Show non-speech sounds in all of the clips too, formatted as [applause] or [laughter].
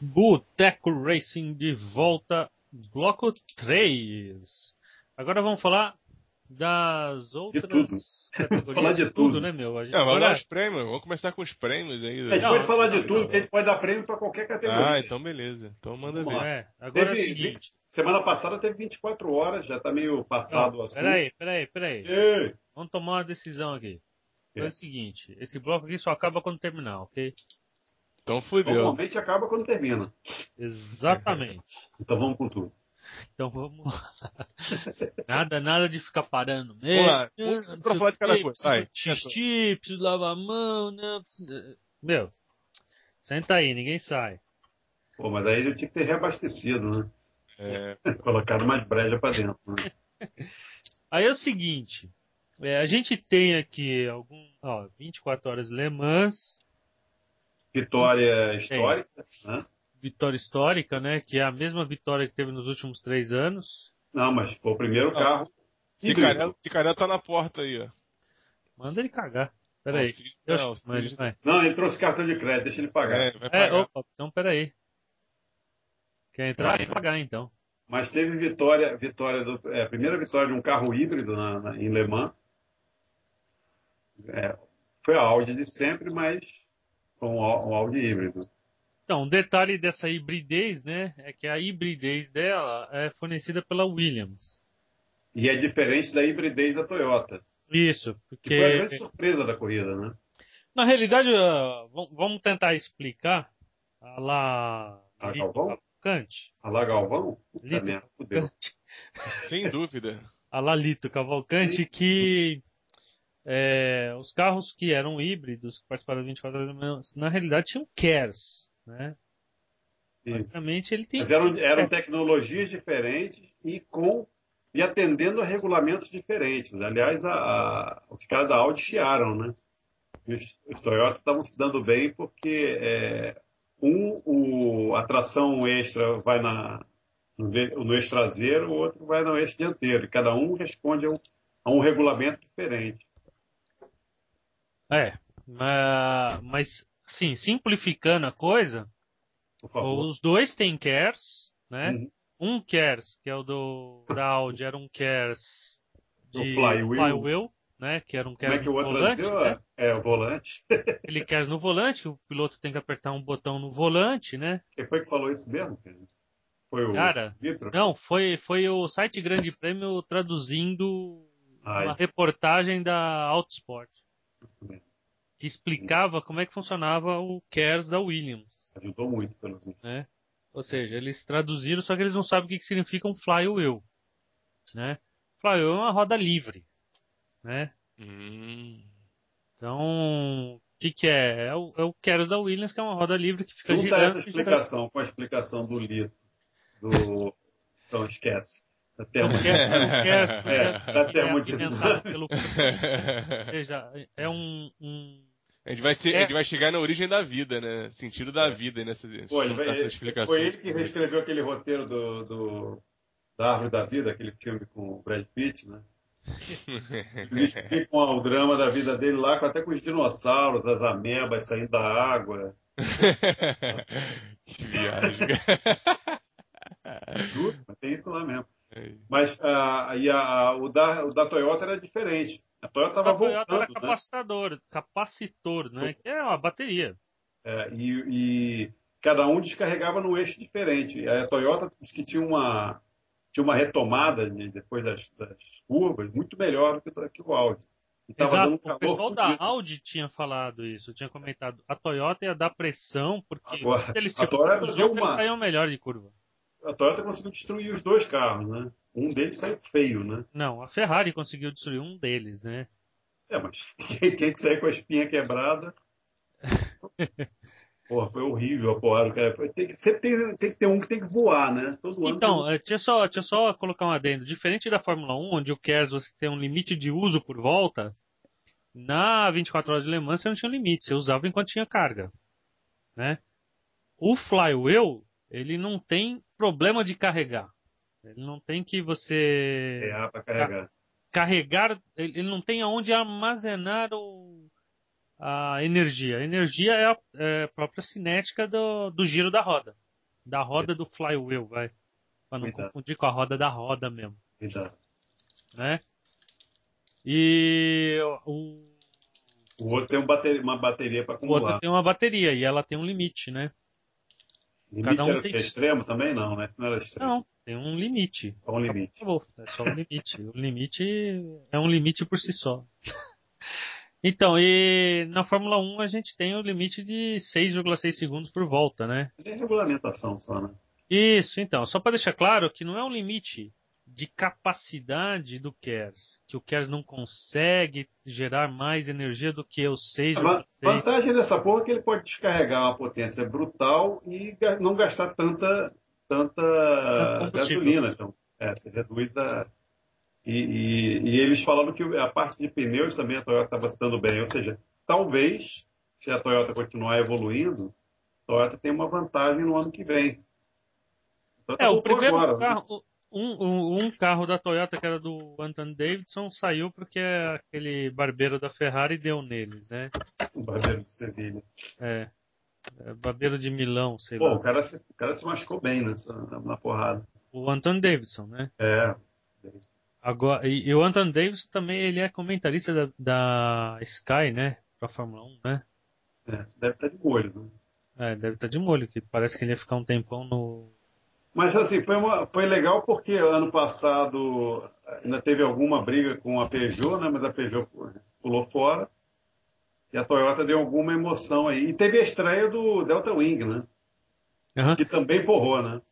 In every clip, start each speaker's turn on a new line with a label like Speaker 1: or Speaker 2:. Speaker 1: Boteco Racing de volta, bloco 3. Agora vamos falar das outras
Speaker 2: tudo.
Speaker 1: categorias.
Speaker 2: [laughs] Falar de tudo.
Speaker 1: né, meu? A gente-
Speaker 3: É, vamos
Speaker 1: Agora-
Speaker 3: dar os prêmios. Vamos começar com os prêmios
Speaker 2: A gente
Speaker 3: ainda.
Speaker 1: Não,
Speaker 2: pode falar de
Speaker 1: não,
Speaker 2: tudo,
Speaker 1: não.
Speaker 2: porque a gente pode dar prêmio pra qualquer categoria.
Speaker 3: Ah, então beleza. Então manda
Speaker 2: Vamos lá.
Speaker 3: ver.
Speaker 1: é, agora é o
Speaker 2: Teve-
Speaker 1: seguinte.
Speaker 2: Semana passada teve 24 horas, já tá meio passado o
Speaker 1: Não,
Speaker 2: assunto.
Speaker 1: peraí, peraí, peraí.
Speaker 2: Ei,
Speaker 1: Vamos tomar uma decisão aqui. É.
Speaker 2: É.
Speaker 1: o seguinte, esse bloco aqui só acaba quando terminar, ok?
Speaker 3: Então fudeu.
Speaker 2: Normalmente acaba quando termina.
Speaker 1: Exatamente.
Speaker 2: Então vamos com tudo.
Speaker 1: Então vamos lá. [laughs] Nada, nada de ficar parando.
Speaker 3: Vamos lá.
Speaker 1: Ei,
Speaker 3: Um
Speaker 1: não
Speaker 3: pra
Speaker 1: sei
Speaker 3: falar
Speaker 1: o
Speaker 3: de cada
Speaker 1: quê,
Speaker 3: coisa.
Speaker 1: preciso
Speaker 3: Vai.
Speaker 1: Xixi, preciso lavar a mão, né? Preciso- Meu, senta aí, ninguém sai.
Speaker 2: Pô, mas aí ele tinha que ter reabastecido, né? [laughs]
Speaker 3: É,
Speaker 2: Colocado mais breja pra dentro. Né?
Speaker 1: Aí é o seguinte, é, a gente tem aqui algum, ó, 24 horas Le Mans,
Speaker 2: Vitória histórica, né?
Speaker 1: vitória histórica, né? Que é a mesma vitória que teve nos últimos três anos.
Speaker 2: Não, mas foi o primeiro
Speaker 3: Ah.
Speaker 2: carro.
Speaker 3: Ticarela, Ticarela tá na porta aí, ó.
Speaker 1: Manda ele cagar. Peraí.
Speaker 3: Não, filho-
Speaker 1: Deus,
Speaker 3: não,
Speaker 1: mano,
Speaker 3: filho-
Speaker 1: vai.
Speaker 2: Não, ele trouxe cartão de crédito, deixa ele pagar.
Speaker 3: É, vai
Speaker 1: É,
Speaker 3: pagar.
Speaker 1: opa, então peraí. Quer entrar? Vai pagar então.
Speaker 2: Mas teve vitória, vitória do, é, a primeira vitória de um carro híbrido na, na- em Le Mans. É, foi a Audi de sempre, mas foi um, Au- um Audi híbrido.
Speaker 1: Então, um detalhe dessa hibridez, né, é que a hibridez dela é fornecida pela Williams.
Speaker 2: E é diferente da hibridez da Toyota,
Speaker 1: Isso,
Speaker 2: que foi a
Speaker 1: porque
Speaker 2: grande surpresa da corrida, né?
Speaker 1: na realidade, ah, vam- vamos tentar explicar a lá
Speaker 2: A
Speaker 1: Lito
Speaker 2: Galvão?
Speaker 1: Cavalcante,
Speaker 2: A lá Galvão,
Speaker 1: Lito.
Speaker 2: puta merda, fudeu.
Speaker 3: Sem dúvida.
Speaker 1: a lá Lito Cavalcante que é, os carros que eram híbridos, que participaram das 24 horas, da manhã, na realidade tinham CARES, né?
Speaker 2: Isso.
Speaker 1: Basicamente ele tem
Speaker 2: Mas eram, eram tecnologias diferentes e com e atendendo a regulamentos diferentes. Aliás, a- a- os caras da Audi chiaram, né? E Os, os Toyota estavam se dando bem porque é, um o, a tração extra vai na, no, ve- no eixo traseiro, o outro vai no eixo dianteiro. E cada um responde a um, a um regulamento diferente.
Speaker 1: É, ma- mas sim, simplificando a coisa,
Speaker 2: Por favor.
Speaker 1: os dois têm cares, né?
Speaker 2: Uhum.
Speaker 1: Um cares, que é o do da Audi, era um cares
Speaker 2: Do
Speaker 1: de
Speaker 2: flywheel.
Speaker 1: né? Que era um
Speaker 2: Como
Speaker 1: cares
Speaker 2: é que o
Speaker 1: no
Speaker 2: outro
Speaker 1: volante,
Speaker 2: traseiro
Speaker 1: né?
Speaker 2: é o volante? [laughs]
Speaker 1: Ele cares no volante, o piloto tem que apertar um botão no volante, né?
Speaker 2: Quem foi que falou isso mesmo? Cara? Foi o
Speaker 1: Cara,
Speaker 2: Vitor?
Speaker 1: Não, foi foi o site Grande Prêmio traduzindo
Speaker 2: Ah,
Speaker 1: uma
Speaker 2: isso.
Speaker 1: reportagem da Autosport
Speaker 2: Isso mesmo.
Speaker 1: que explicava como é que funcionava o cares da Williams.
Speaker 2: Ajudou muito, pelo menos.
Speaker 1: né? Ou seja, eles traduziram, só que eles não sabem o que, que significa um flywheel, né? Flywheel é uma roda livre, né?
Speaker 3: Hum.
Speaker 1: Então, o que que é? É o, é o Keros da Williams, que é uma roda livre que fica
Speaker 2: Junta
Speaker 1: girando.
Speaker 2: tá essa
Speaker 1: e girando.
Speaker 2: explicação com a explicação do Lito. Do... Então esquece. Da termo...
Speaker 1: O Keros- o Keros
Speaker 2: É, dá até
Speaker 1: é
Speaker 2: muito-
Speaker 1: alimentado pelo... Ou seja, é um... um-
Speaker 3: [laughs] A gente, vai ser,
Speaker 1: É.
Speaker 3: a gente vai chegar na origem da vida, né? Sentido da vida nessa,
Speaker 2: [laughs] Pô, ele vai-
Speaker 3: nessa explicação.
Speaker 2: Foi ele que reescreveu aquele roteiro do, do- da Árvore da Vida, aquele filme com o Brad Pitt, né? Eles explicam o drama da vida dele lá, com- até com os dinossauros, as amebas saindo da água.
Speaker 3: [laughs] que
Speaker 2: [laughs]
Speaker 3: viagem.
Speaker 2: Juro, tem isso lá mesmo.
Speaker 3: É
Speaker 2: Mas ah, e a, a- o, da, o da Toyota era diferente. A Toyota estava
Speaker 1: a Toyota
Speaker 2: voltando,
Speaker 1: era
Speaker 2: né?
Speaker 1: capacitador, capacitor, né? Que é uma bateria.
Speaker 2: É, e, e cada um descarregava num eixo diferente. A Toyota disse que tinha uma, tinha uma retomada né, depois das, das curvas muito melhor do que, do que o Audi. E tava
Speaker 1: Exato,
Speaker 2: dando um
Speaker 1: o
Speaker 2: calor
Speaker 1: pessoal da
Speaker 2: fudido.
Speaker 1: Audi tinha falado isso, tinha comentado. A Toyota ia dar pressão, porque
Speaker 2: Agora,
Speaker 1: quando eles
Speaker 2: a Toyota
Speaker 1: os
Speaker 2: deu
Speaker 1: outros
Speaker 2: uma-
Speaker 1: saíam melhor de curva.
Speaker 2: A Toyota conseguiu destruir os dois carros, né? Um deles saiu feio, né?
Speaker 1: Não, a Ferrari conseguiu destruir um deles, né?
Speaker 2: É, mas [laughs] quem, quem que saiu com a
Speaker 1: [laughs]
Speaker 2: espinha quebrada. Porra, foi horrível a porrada. Cara. Foi- Tem que, sempre tem, tem que ter um que tem que voar, né? Todo ano.
Speaker 1: Então, eh, deixa eu só, deixa eu só colocar um adendo. Diferente da Fórmula 1, onde o KERS você tem um limite de uso por volta, na 24 horas de Le Mans você não tinha limite, você usava enquanto tinha carga. Né? O Flywheel, ele não tem problema de carregar. Ele não tem que você.
Speaker 2: tem que frear pra
Speaker 1: tá.
Speaker 2: carregar.
Speaker 1: carregar, ele ele não tem aonde armazenar o- a energia. A energia é a, é a própria cinética do, do giro da roda. Da roda do flywheel, vai. Pra não
Speaker 2: Cuidado.
Speaker 1: confundir com a roda da roda mesmo,
Speaker 2: Cuidado.
Speaker 1: né? E o,
Speaker 2: O outro tem um bate- uma bateria para
Speaker 1: o outro
Speaker 2: acumular.
Speaker 1: tem uma bateria e ela tem um limite, né?
Speaker 2: Limite
Speaker 1: cada um
Speaker 2: era
Speaker 1: tem-
Speaker 2: que é extremo também? Não, né? Não era extremo.
Speaker 1: Não, tem um limite.
Speaker 2: Só um limite.
Speaker 1: Acabou. É só um limite. O limite é um limite por si só. [laughs] Então, e na Fórmula 1 a gente tem o limite de 6,6 segundos por volta, né?
Speaker 2: Mas É regulamentação só, né?
Speaker 1: Isso, então. Só para deixar claro que não é um limite de capacidade do KERS, que o KERS não consegue gerar mais energia do que os
Speaker 2: A va-
Speaker 1: 6,6.
Speaker 2: vantagem dessa porra é que ele pode descarregar uma potência brutal e ga- não gastar tanta, tanta
Speaker 1: combustível.
Speaker 2: gasolina. Então, é, você reduz a. E, e- e eles falaram que a parte de pneus também a Toyota estava se dando bem. Ou seja, talvez, se a Toyota continuar evoluindo, a Toyota tem uma vantagem no ano que vem. Então,
Speaker 1: É, o
Speaker 2: voltou
Speaker 1: primeiro
Speaker 2: agora, né?
Speaker 1: carro, um, um- um carro da Toyota, que era do Anton Davidson, saiu porque aquele barbeiro da Ferrari deu neles, né?
Speaker 2: O barbeiro de Sevilha.
Speaker 1: É. É, Barbeiro de Milão, sei
Speaker 2: Pô,
Speaker 1: lá.
Speaker 2: o cara, se, o cara se machucou bem nessa, na porrada.
Speaker 1: O Anton Davidson, né?
Speaker 2: É,
Speaker 1: Agora, e, e o Anton Davidson também ele é comentarista da, da Sky, né? Pra Fórmula 1, né?
Speaker 2: é, deve estar de molho, né?
Speaker 1: É, deve estar de molho, que parece que ele ia ficar um tempão no.
Speaker 2: Mas assim, foi, uma- foi legal porque ano passado ainda teve alguma briga com a Peugeot, né? Mas a Peugeot pulou fora. E a Toyota deu alguma emoção aí. E teve a estreia do Delta Wing, né?
Speaker 1: Aham.
Speaker 2: Que também borrou, né?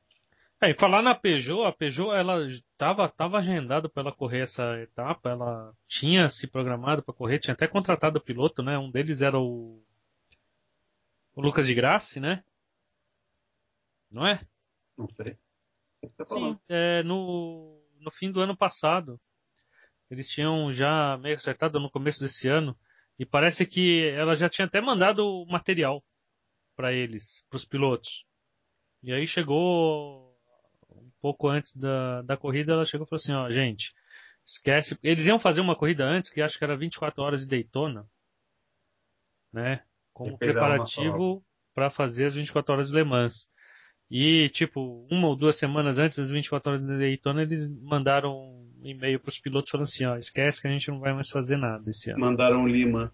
Speaker 1: É, e falar na Peugeot, a Peugeot ela tava, tava agendado para ela correr essa etapa, ela tinha se programado para correr, tinha até contratado piloto, né? Um deles era o, o Lucas de Grassi, né? Não é?
Speaker 2: Não sei. O que você tá falando?
Speaker 1: Sim, é, no, no fim do ano passado. Eles tinham já meio acertado no começo desse ano. E parece que ela já tinha até mandado o material para eles, para os pilotos. E aí chegou um pouco antes da, da corrida, ela chegou e falou assim, ó, gente, esquece. Eles iam fazer uma corrida antes, que acho que era 24 horas de Daytona, né? Como
Speaker 2: E pegar uma
Speaker 1: preparativo para fazer as 24 horas de Le Mans. E, tipo, uma ou duas semanas antes das 24 horas de Daytona, eles mandaram um e-mail pros pilotos falando assim, ó, esquece que a gente não vai mais fazer nada esse ano.
Speaker 2: Mandaram o Lima.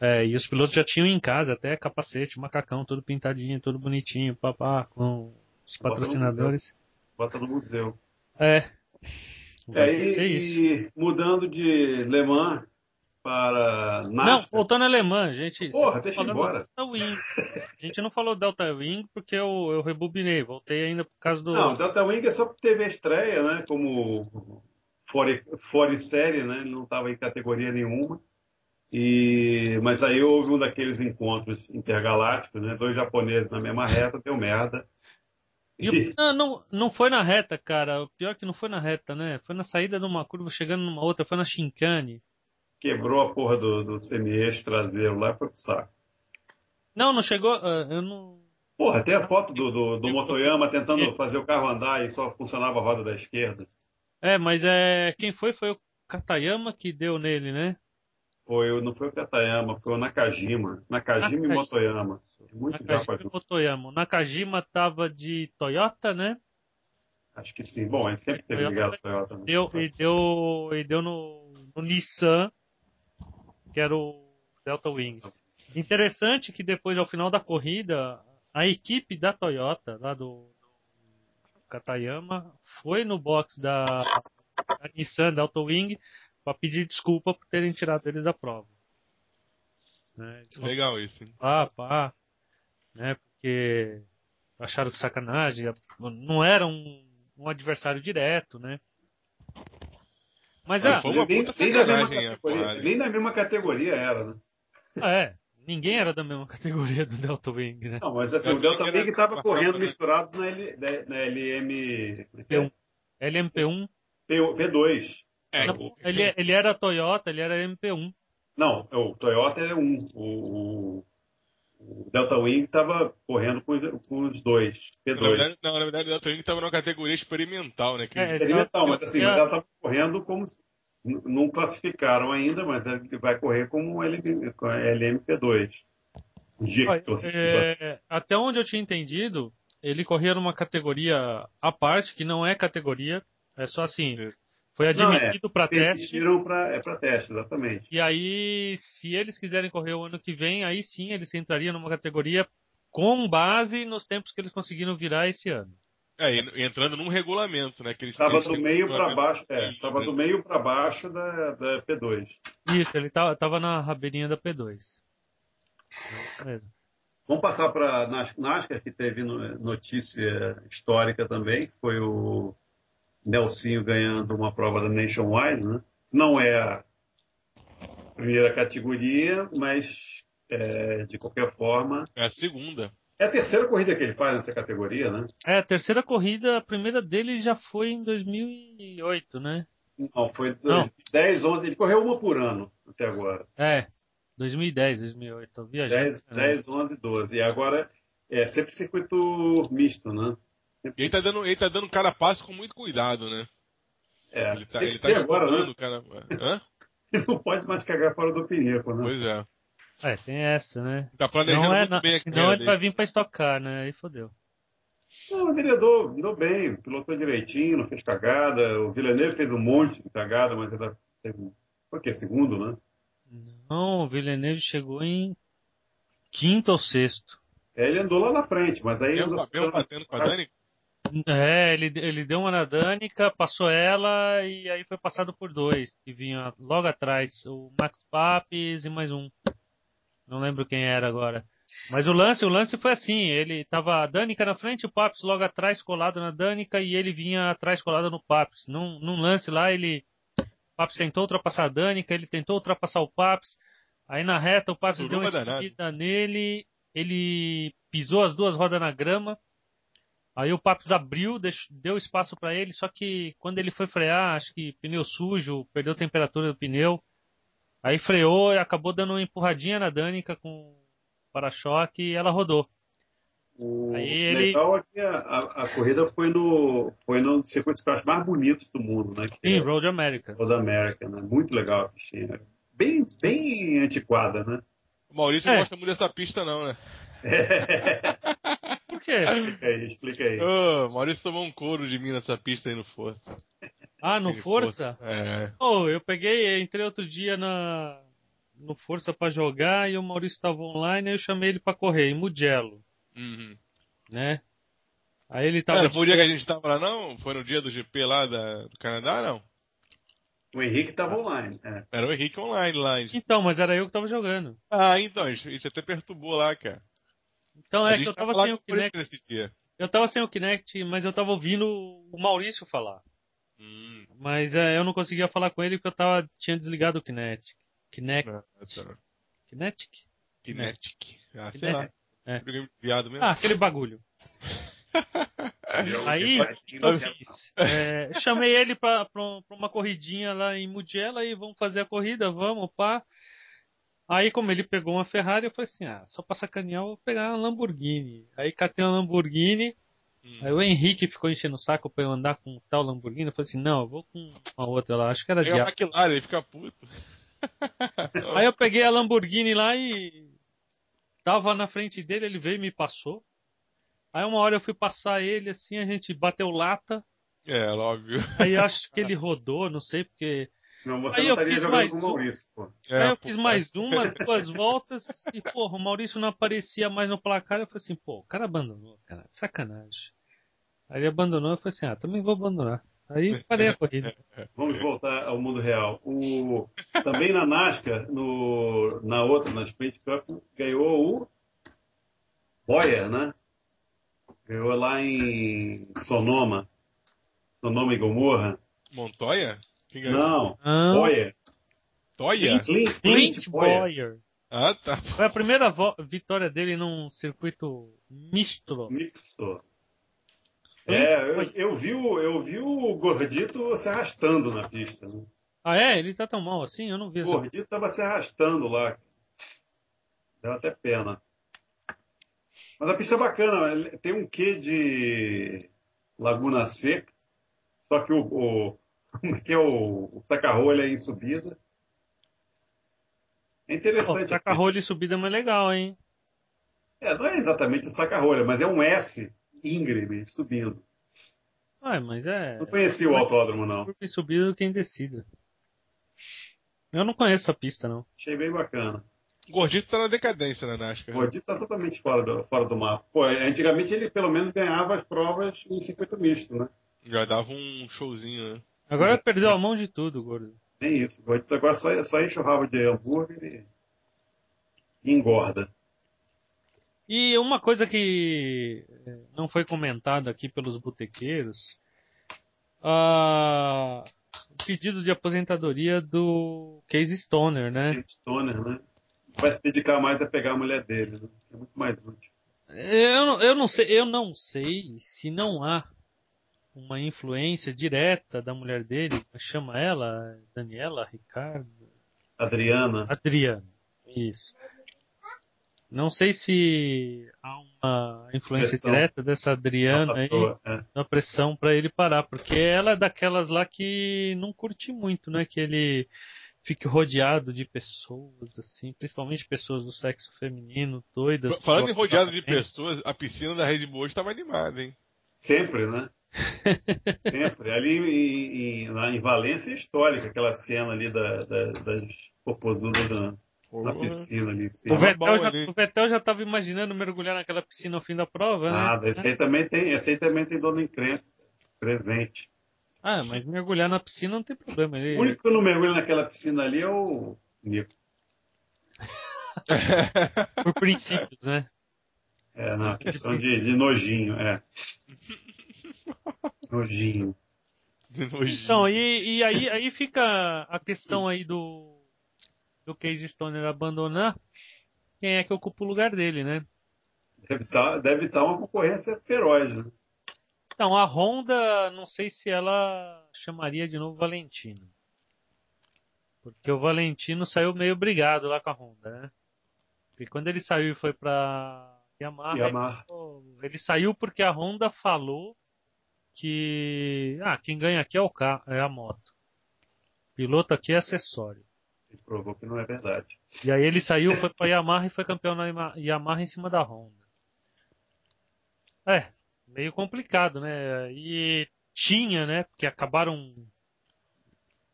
Speaker 1: É, e os pilotos já tinham em casa até capacete, macacão, todo pintadinho, todo bonitinho, papá, com os
Speaker 2: Bota no
Speaker 1: patrocinadores.
Speaker 2: Bota no museu.
Speaker 1: É.
Speaker 2: É,
Speaker 1: Vai ser isso.
Speaker 2: e, e mudando de Le Mans para
Speaker 1: Não,
Speaker 2: NASCAR.
Speaker 1: voltando à alemã, gente. você
Speaker 2: Porra,
Speaker 1: tá
Speaker 2: deixa eu ir
Speaker 1: falando
Speaker 2: embora.
Speaker 1: do Delta Wing. A gente não falou Delta Wing porque eu, eu rebobinei, voltei ainda por causa do.
Speaker 2: Não, Delta Wing é só porque teve a estreia, né? Como fora, fora de série, né? Ele não estava em categoria nenhuma. E, mas aí houve um daqueles encontros intergalácticos, né? Dois japoneses na mesma reta, deu merda.
Speaker 1: E o- Ah, não, não foi na reta, cara. O pior é que não foi na reta, né? Foi na saída de uma curva, chegando numa outra, foi na Shinkane.
Speaker 2: quebrou a porra do, do semi-eixo traseiro lá, foi pro saco.
Speaker 1: Não, não chegou. ah, Eu não.
Speaker 2: Porra, tem a foto do, do, do Motoyama tentando
Speaker 1: E-
Speaker 2: fazer o carro andar e só funcionava a roda da esquerda.
Speaker 1: É, mas é. Quem foi foi o Katayama que deu nele, né?
Speaker 2: Foi, o- não foi o Katayama, foi o Nakajima. Nakajima e
Speaker 1: Nakajima.
Speaker 2: Motoyama. Muito japa
Speaker 1: Nakajima e
Speaker 2: junto.
Speaker 1: Motoyama. O Nakajima tava de Toyota, né?
Speaker 2: Acho que sim. Bom, a gente sempre teve
Speaker 1: Toyota
Speaker 2: ligado a Toyota. né?
Speaker 1: Deu, e deu, e deu no, no Nissan, que era o Delta Wing. Interessante que depois, ao final da corrida, a equipe da Toyota, lá do, do Katayama, foi no box da, da Nissan Delta Wing para pedir desculpa por terem tirado eles da prova. Né, eles falaram,
Speaker 3: Legal isso, hein?
Speaker 1: pá, pá, né? Porque acharam que sacanagem, não era um, um adversário direto, né? Mas
Speaker 3: Mas
Speaker 1: ah,
Speaker 3: foi uma
Speaker 2: nem,
Speaker 3: puta
Speaker 2: nem, na mesma
Speaker 3: sacanagem a
Speaker 2: categoria,
Speaker 3: porrada.
Speaker 2: nem na mesma categoria era, né?
Speaker 1: é, ninguém era da mesma [laughs] categoria do Delta Wing, né?
Speaker 2: Não, mas assim,
Speaker 3: Eu
Speaker 2: o Delta
Speaker 3: achei que
Speaker 2: Big
Speaker 3: era
Speaker 2: estava
Speaker 3: uma
Speaker 2: correndo
Speaker 3: capa, né?
Speaker 2: misturado na, L, na, na LM como é que é?
Speaker 1: P1. LMP1.
Speaker 2: P- P2.
Speaker 3: É,
Speaker 1: Não, ele, ele era Toyota, ele era MP1.
Speaker 2: Não, o Toyota era um. O, o- o Delta Wing estava correndo com os, com os dois.
Speaker 3: na
Speaker 2: P2.
Speaker 3: verdade, não, é na verdade, a Twin tava numa categoria experimental, né? Que
Speaker 1: É,
Speaker 2: Experimental,
Speaker 1: ele-
Speaker 2: mas assim,
Speaker 1: ele-
Speaker 2: mas ela estava correndo como. se- n- Não classificaram ainda, mas ele vai correr como LM, com a LMP2. Injector.
Speaker 1: é, Olha, é, até onde eu tinha entendido, ele corria numa categoria à parte, que não é categoria, é só assim,
Speaker 3: Isso.
Speaker 1: foi
Speaker 2: Não,
Speaker 1: admitido para teste.
Speaker 2: Permitiram pra, é para teste, exatamente.
Speaker 1: E aí, se eles quiserem correr o ano que vem, aí sim eles entrariam numa categoria com base nos tempos que eles conseguiram virar esse ano.
Speaker 3: É, e- e entrando num regulamento, né? Que eles,
Speaker 2: Estava
Speaker 3: eles
Speaker 2: do
Speaker 3: têm um
Speaker 2: meio para
Speaker 3: regulamento
Speaker 2: baixo, é,
Speaker 3: que-
Speaker 2: estava do meio para baixo da, da P2.
Speaker 1: Isso, ele tava, tava na rabeirinha da É, P2. É isso mesmo.
Speaker 2: Vamos passar para NASCAR, que teve no- notícia histórica também, que foi o Nelsinho ganhando uma prova da Nationwide, né? Não é a primeira categoria, mas é, de qualquer forma.
Speaker 3: É a segunda.
Speaker 2: É a terceira corrida que ele faz nessa categoria, né?
Speaker 1: É, a terceira corrida, a primeira dele já foi em 2008, né?
Speaker 2: Não, foi
Speaker 1: Não.
Speaker 2: 10, 11, ele correu uma por ano até agora.
Speaker 1: É, 2010, 2008, tô
Speaker 3: É,
Speaker 1: viajando.
Speaker 2: 10, 10 11, 12. E agora é sempre circuito misto, né?
Speaker 3: E ele tá dando, ele tá dando cara a passo com muito cuidado, né?
Speaker 2: É,
Speaker 3: Ele tá,
Speaker 2: tem
Speaker 3: ele
Speaker 2: que
Speaker 3: tá
Speaker 2: ser agora, né?
Speaker 3: estudando, cara. é, Hã?
Speaker 2: Ele [laughs] não pode mais cagar fora do pinico, né?
Speaker 3: Pois é.
Speaker 1: É, tem essa, né?
Speaker 3: Tá planejando
Speaker 1: Não é,
Speaker 3: muito
Speaker 1: na...
Speaker 3: bem né, a
Speaker 1: Senão
Speaker 3: carreira
Speaker 1: ele
Speaker 3: dele.
Speaker 1: vai vir pra estocar, né? Aí fodeu.
Speaker 2: Não, mas ele andou, andou bem, pilotou direitinho, não fez cagada. O Villeneuve fez um monte de cagada, mas ainda teve. um, Foi o quê? Segundo, né?
Speaker 1: Não, Então, o Villeneuve chegou em quinto ou sexto.
Speaker 2: É, Ele andou lá na frente, mas aí.
Speaker 3: Mesmo,
Speaker 2: andou-
Speaker 3: mesmo um batendo com a Dani,
Speaker 1: É, ele, ele deu uma na Danica, passou ela e aí foi passado por dois, que vinha logo atrás, o Max Papis e mais um. Não lembro quem era agora. Mas o lance, o lance foi assim, ele tava a Danica na frente, o Papis logo atrás colado na Danica e ele vinha atrás colado no Papis. Num, num lance lá, ele o Papis tentou ultrapassar a Danica, ele tentou ultrapassar o Papis. Aí na reta o Papis deu
Speaker 3: Suruba
Speaker 1: uma
Speaker 3: danada.
Speaker 1: escondida nele, ele pisou as duas rodas na grama. Aí o Papis abriu, deix- deu espaço para ele, só que quando ele foi frear, acho que pneu sujo, perdeu a temperatura do pneu. Aí freou e acabou dando uma empurradinha na Danica com o para-choque e ela rodou.
Speaker 2: O
Speaker 1: Aí ele-
Speaker 2: legal é que a, a- a corrida foi no, foi no circuito que eu acho mais bonito do mundo, né? Que
Speaker 1: Sim,
Speaker 2: é
Speaker 1: Road America.
Speaker 2: Road America, né? Muito legal a piscina. Bem, bem antiquada, né?
Speaker 3: o Maurício
Speaker 1: É.
Speaker 3: não gosta muito dessa pista, não, né?
Speaker 1: Por
Speaker 3: [coughs]
Speaker 1: quê?
Speaker 2: Explica aí, É, explica aí.
Speaker 3: Ô, o Maurício tomou um couro de mim nessa pista aí no Força.
Speaker 1: Ah, no
Speaker 3: Ele
Speaker 1: Força?
Speaker 3: É.
Speaker 1: Oh, eu peguei, entrei outro dia na no Força pra jogar e o Maurício estava online, aí eu chamei ele pra correr em Mugello,
Speaker 3: Uhum.
Speaker 1: né? Aí ele
Speaker 3: Ah,
Speaker 1: tava
Speaker 3: não foi o dia que a gente tava lá, não? Foi no dia do GP lá da- do Canadá, não?
Speaker 2: O Henrique estava online. É.
Speaker 3: Era o Henrique online lá. a gente-
Speaker 1: Então, mas era eu que tava jogando.
Speaker 3: Ah, então, a gente, a gente até perturbou lá, cara.
Speaker 1: Então
Speaker 3: a
Speaker 1: é
Speaker 3: gente tá
Speaker 1: que eu tava
Speaker 3: lá
Speaker 1: sem o
Speaker 3: com ele
Speaker 1: Kinect,
Speaker 3: nesse dia.
Speaker 1: eu tava sem o Kinect, mas eu tava ouvindo o Maurício falar.
Speaker 3: Hum,
Speaker 1: Mas é, eu não conseguia falar com ele porque eu tava tinha desligado o Kinect. Kinect,
Speaker 3: ah, tá.
Speaker 1: Kinect?
Speaker 3: Kinetic. Ah, sei lá.
Speaker 1: É. Kinect. É.
Speaker 3: Videogame de viado mesmo.
Speaker 1: Ah, aquele bagulho. Aí, então, o que eu fiz? É, chamei ele pra, pra um- pra uma corridinha lá em Mugello e vamos fazer a corrida, vamos, pá. Aí, como ele pegou uma Ferrari, eu falei assim: ah, só pra sacanear, eu vou pegar uma Lamborghini. Aí, catei uma Lamborghini.
Speaker 3: Hum.
Speaker 1: Aí, o Henrique ficou enchendo o saco pra eu andar com um tal Lamborghini. Eu falei assim: não, eu vou com uma outra lá, acho que era de
Speaker 3: Pega a
Speaker 1: Aston.
Speaker 3: McLaren, ele fica puto.
Speaker 1: Aí, eu peguei a Lamborghini lá e tava na frente dele, ele veio e me passou. Aí, uma hora eu fui passar ele assim, a gente bateu lata.
Speaker 3: É, óbvio.
Speaker 1: Aí eu acho que ele rodou, não sei, porque.
Speaker 2: Senão você
Speaker 1: Aí
Speaker 2: não
Speaker 1: eu
Speaker 2: estaria
Speaker 1: fiz
Speaker 2: jogando
Speaker 1: mais
Speaker 2: com o
Speaker 1: um.
Speaker 2: Maurício, pô.
Speaker 3: É,
Speaker 1: aí eu
Speaker 3: pô,
Speaker 1: fiz mais uma, duas voltas, e, porra, o Maurício não aparecia mais no placar. Eu falei assim, pô, o cara abandonou, cara, sacanagem. Aí ele abandonou, eu falei assim, ah, também vou abandonar. Aí parei a corrida.
Speaker 2: Vamos voltar ao mundo real. O- também na NASCAR, no- na outra, na Sprint Cup, ganhou o Boyer, né? Ganhou lá em Sonoma. Sonoma e Gomorra.
Speaker 3: é Montoya? Quem ganhou?
Speaker 2: Não,
Speaker 1: Ah,
Speaker 2: Boyer.
Speaker 3: Toya?
Speaker 2: Clint, Clint,
Speaker 1: Clint
Speaker 2: Boyer.
Speaker 1: Boyer.
Speaker 3: Ah, tá.
Speaker 1: Foi a primeira vo- vitória dele num circuito misto.
Speaker 2: Mixto. É, eu, eu vi, o- eu vi o Gordito se arrastando na pista. né?
Speaker 1: Ah, é? Ele tá tão mal assim? Eu não vi
Speaker 2: O
Speaker 1: essa.
Speaker 2: gordito estava se arrastando lá. Deu até pena. Mas a pista é bacana, ele tem um quê de Laguna Seca, só que o, o [laughs] como é que é o, o saca-rolha aí em subida. É
Speaker 1: Pô, tá
Speaker 2: interessante.
Speaker 1: saca rolha e subida é mais legal, hein?
Speaker 2: É, não é exatamente o saca-rolha, mas é um S íngreme, subindo.
Speaker 1: Ah, mas é.
Speaker 2: Não conheci o autódromo, não.
Speaker 1: Por quem subir, quem decida. Eu não conheço essa pista, não.
Speaker 2: Achei bem bacana.
Speaker 3: O Gordito tá na decadência na NASCAR.
Speaker 2: O Gordito está totalmente fora do, fora do mapa. Pô, é, antigamente ele pelo menos ganhava as provas em circuito misto, né?
Speaker 3: Já dava um showzinho, né?
Speaker 1: Agora perdeu a mão de tudo, gordo.
Speaker 2: Nem isso. O Gordito agora só, só enche o rabo de hambúrguer e engorda.
Speaker 1: E uma coisa que eh, não foi comentada aqui pelos botequeiros, ah, o pedido de aposentadoria do Case Stoner, né?
Speaker 2: Tem Stoner, né? Vai se dedicar mais a pegar a mulher dele, né? É muito mais útil.
Speaker 1: Eu, não- eu não sei, eu não sei se não há uma influência direta da mulher dele, chama ela, Daniela, Ricardo,
Speaker 2: Adriana.
Speaker 1: Adriano. Isso. Não sei se há uma influência
Speaker 2: Pressão.
Speaker 1: direta dessa Adriana aí
Speaker 2: patroa, é.
Speaker 1: na pressão pra ele parar, porque ela é daquelas lá que não curte muito, né? Que ele fique rodeado de pessoas, assim, principalmente pessoas do sexo feminino, doidas.
Speaker 3: Falando em rodeado de
Speaker 1: pessoas.
Speaker 3: pessoas, a piscina da Rede Bull hoje tava animada, hein?
Speaker 2: Sempre, né? Sempre. Ali em, em- lá em Valência é histórica, aquela cena ali da, da- das popozudas na, na piscina ali. em cima.
Speaker 1: O Vettel,
Speaker 3: bom
Speaker 1: já,
Speaker 3: ali.
Speaker 1: o Vettel já tava imaginando mergulhar naquela piscina ao fim da prova, né?
Speaker 2: Nada, Ah, esse aí também tem, esse aí também tem dono encrenca presente.
Speaker 1: Ah, mas mergulhar na piscina não tem problema. Ele...
Speaker 2: O único que não mergulha naquela piscina ali é o Nico.
Speaker 1: Por princípios, né?
Speaker 3: [laughs]
Speaker 1: [laughs]
Speaker 2: É, na questão de, de nojinho, é. Nojinho.
Speaker 3: [laughs] De nojinho.
Speaker 1: Então, e, e aí, aí fica a questão aí do, do Case Stoner abandonar. Quem é que ocupa o lugar dele, né?
Speaker 2: Deve estar deve tá uma concorrência feroz, né?
Speaker 1: Então, a Honda, não sei se ela chamaria de novo Valentino. Porque o Valentino saiu meio brigado lá com a Honda, né? Porque quando ele saiu e foi pra Yamaha,
Speaker 2: Yamaha.
Speaker 1: Ele, falou- ele saiu porque a Honda falou que ah, quem ganha aqui é o carro, é a moto. Piloto aqui é acessório.
Speaker 2: Ele provou que não é verdade.
Speaker 1: E aí ele saiu, foi pra Yamaha e foi campeão na Yama- Yamaha em cima da Honda. É, meio complicado, né? E tinha, né? Porque acabaram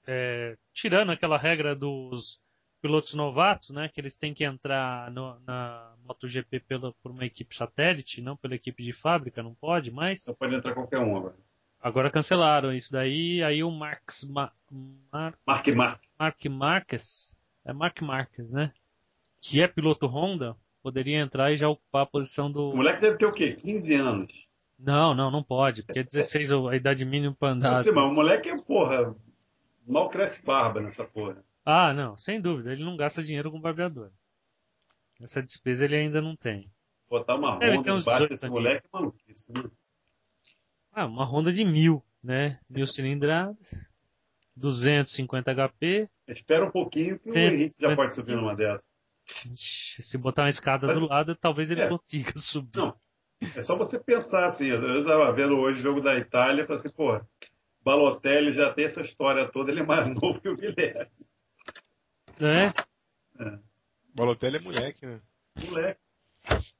Speaker 1: é, tirando aquela regra dos pilotos novatos, né? Que eles têm que entrar no- na MotoGP pela, por uma equipe satélite, não pela equipe de fábrica, não pode mais.
Speaker 2: Só pode entrar qualquer um agora.
Speaker 1: Agora cancelaram isso daí. Aí o Marx, Ma, Mar-
Speaker 2: Marque Marque.
Speaker 1: Mark Marques, é Mark Marques, né? Que é piloto Honda, poderia entrar e já ocupar a posição
Speaker 2: O
Speaker 1: do.
Speaker 2: moleque deve ter o quê? 15 anos.
Speaker 1: Não, não, não pode, porque 16 é a idade mínima pra andar.
Speaker 2: Assim, mas o moleque é, porra, mal cresce barba nessa porra.
Speaker 1: Ah, não, sem dúvida, ele não gasta dinheiro com barbeador. Essa despesa ele ainda não tem.
Speaker 2: Botar uma
Speaker 1: Deve ter
Speaker 2: ronda
Speaker 1: uns
Speaker 2: embaixo
Speaker 1: 18
Speaker 2: desse
Speaker 1: ali.
Speaker 2: moleque é maluquice, né?
Speaker 1: Ah, uma Honda de mil, né? Mil cilindradas, 250 HP.
Speaker 2: Espera um pouquinho que o
Speaker 1: Sim.
Speaker 2: Henrique já pode subir numa dessas.
Speaker 1: Ixi, Se botar uma escada do lado, talvez ele
Speaker 2: É.
Speaker 1: consiga subir.
Speaker 2: Não. É só você pensar assim. Eu eu tava vendo hoje o jogo da Itália e falei assim, pô, Balotelli já tem essa história toda, ele é mais [laughs] novo que o Guilherme.
Speaker 1: Né?
Speaker 3: Balotelli é moleque, né?
Speaker 2: Moleque.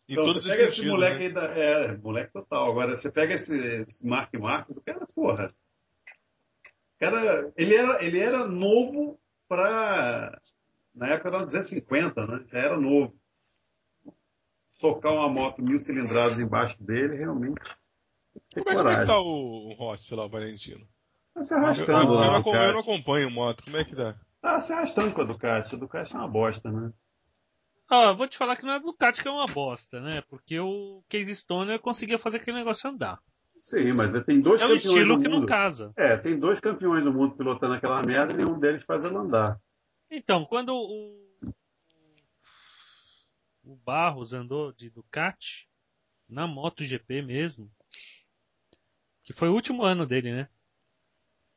Speaker 3: Em
Speaker 2: Então,
Speaker 3: todos
Speaker 2: você
Speaker 3: os
Speaker 2: pega esse
Speaker 3: sentidos,
Speaker 2: moleque
Speaker 3: né?
Speaker 2: aí da. É, moleque total. Agora, você pega esse, esse Mark Marcos, o cara, porra. O cara, ele era, ele era novo pra. Na época era 250, né? Já era novo. Socar uma moto mil cilindradas embaixo dele, realmente. tem
Speaker 3: Como é, como é
Speaker 2: coragem.
Speaker 3: que tá o, o Rossi lá, o Valentino?
Speaker 2: Tá se
Speaker 3: Eu, eu- eu
Speaker 2: arrastando
Speaker 3: não,
Speaker 2: lá.
Speaker 3: acom- eu não
Speaker 2: Ducati.
Speaker 3: acompanho moto, como é que dá?
Speaker 2: Tá se arrastando com a Ducati. A Ducati é uma bosta, né?
Speaker 1: Ah, vou te falar que não é Ducati que é uma bosta, né? Porque o Case Stoner conseguia fazer aquele negócio andar.
Speaker 2: Sim, mas tem dois
Speaker 1: É um
Speaker 2: campeões
Speaker 1: estilo
Speaker 2: do
Speaker 1: que não
Speaker 2: mundo.
Speaker 1: casa.
Speaker 2: É, tem dois campeões do mundo pilotando aquela merda e nenhum deles faz ela andar.
Speaker 1: Então, quando o, o Barros andou de Ducati, na MotoGP mesmo, que foi o último ano dele, né?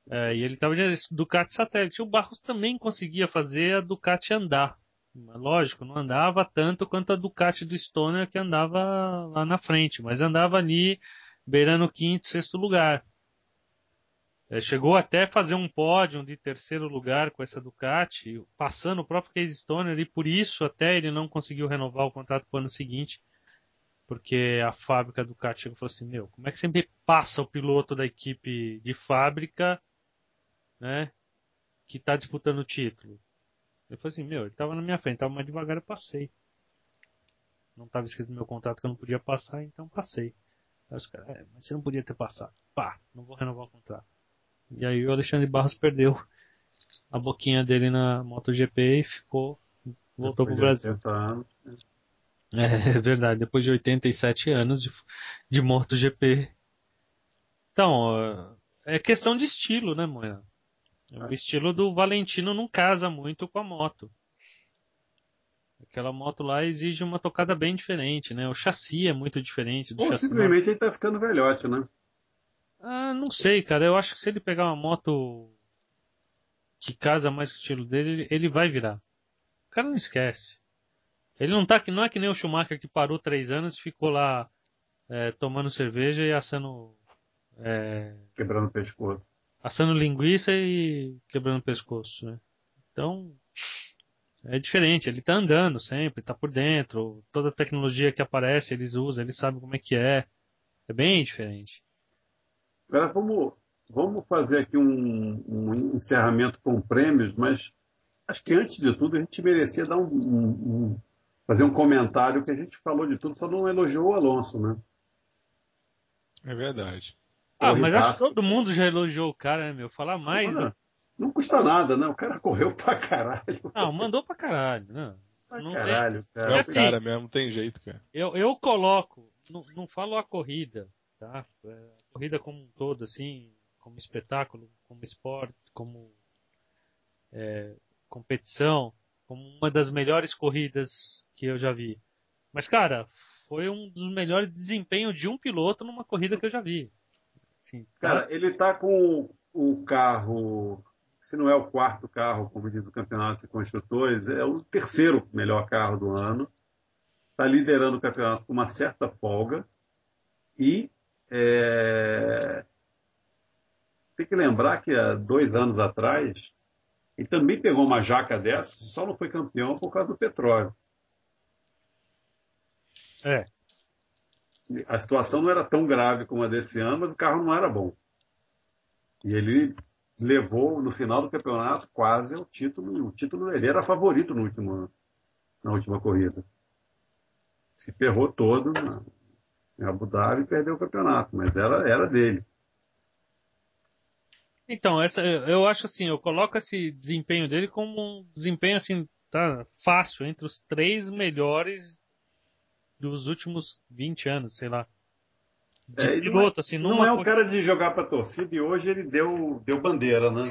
Speaker 1: É, e ele estava de Ducati satélite. O Barros também conseguia fazer a Ducati andar. Mas, Lógico, não andava tanto quanto a Ducati do Stoner que andava lá na frente, mas andava ali beirando o quinto, sexto lugar. É, chegou até a fazer um pódio de terceiro lugar com essa Ducati, passando o próprio Case Stoner, e por isso até ele não conseguiu renovar o contrato para o ano seguinte. Porque a fábrica do kart chegou e falou assim: Meu, como é que você me passa o piloto da equipe de fábrica, né? Que tá disputando o título? Eu falei assim: Meu, ele tava na minha frente, tava mais devagar, eu passei. Não tava escrito no meu contrato que eu não podia passar, então passei. Aí os caras, é, mas você não podia ter passado. Pá, não vou renovar o contrato. E aí o Alexandre Barros perdeu a boquinha dele na MotoGP e ficou. Voltou pro Brasil.
Speaker 2: tá-
Speaker 1: É, [laughs] é verdade, depois de 87 anos de, de MotoGP. Então, ó, é questão de estilo, né, Moira?
Speaker 2: Ah.
Speaker 1: O estilo do Valentino não casa muito com a moto. Aquela moto lá exige uma tocada bem diferente, né? O chassi é muito diferente do
Speaker 2: Ou
Speaker 1: chassi. né?
Speaker 2: simplesmente ele tá ficando velhote, né?
Speaker 1: Ah, não sei, cara. Eu acho que se ele pegar uma moto que casa mais com o estilo dele, ele- ele vai virar. O cara não esquece. Ele não tá que não é que nem o Schumacher que parou três anos e ficou lá eh, tomando cerveja e assando eh,
Speaker 2: Quebrando o pescoço.
Speaker 1: assando linguiça e quebrando o pescoço, né? Então, é diferente, ele tá andando sempre, tá por dentro, toda a tecnologia que aparece, eles usam, eles sabem como é que é. É bem diferente.
Speaker 2: Agora vamos, vamos fazer aqui um, um encerramento com prêmios, mas acho que antes de tudo a gente merecia dar um, um- um- fazer um comentário que a gente falou de tudo, só não elogiou o Alonso, né?
Speaker 3: É verdade.
Speaker 1: Ah, mas
Speaker 2: Corridaço.
Speaker 1: acho que todo mundo já elogiou o cara, né, meu? Falar mais.
Speaker 2: Ah, Não custa nada, né? O cara [laughs] correu pra caralho.
Speaker 1: Não, mandou pra caralho, né?
Speaker 2: pra
Speaker 1: não tem-
Speaker 2: caralho, cara.
Speaker 3: É,
Speaker 1: É
Speaker 3: o
Speaker 1: assim.
Speaker 3: cara mesmo, não tem jeito, cara.
Speaker 1: Eu, eu coloco, não, não falo a corrida, tá? É, A corrida como um todo, assim, como espetáculo, como esporte, como é, competição, como uma das melhores corridas que eu já vi. Mas, cara, foi um dos melhores desempenhos de um piloto numa corrida que eu já vi. Assim,
Speaker 2: Cara, ele tá com o carro, se não é o quarto carro, como diz o campeonato de construtores, é o terceiro melhor carro do ano. Tá liderando o campeonato com uma certa folga. E é, tem que lembrar que há dois anos atrás, ele também pegou uma jaca dessa, só não foi campeão por causa do petróleo.
Speaker 1: É.
Speaker 2: A situação não era tão grave como a desse ano, mas o carro não era bom. E ele levou no final do campeonato quase o título. O título ele era favorito no último, ano, na última corrida. Se ferrou todo na, em Abu Dhabi e perdeu o campeonato, mas era, era dele.
Speaker 1: Então, essa, eu eu acho assim, eu coloco esse desempenho dele como um desempenho assim, tá fácil, entre os três melhores dos últimos 20 anos, sei lá. De
Speaker 2: É, ele não
Speaker 1: piloto, assim,
Speaker 2: Não
Speaker 1: numa
Speaker 2: é um
Speaker 1: co-
Speaker 2: cara de jogar para torcida e hoje ele deu, deu bandeira, né?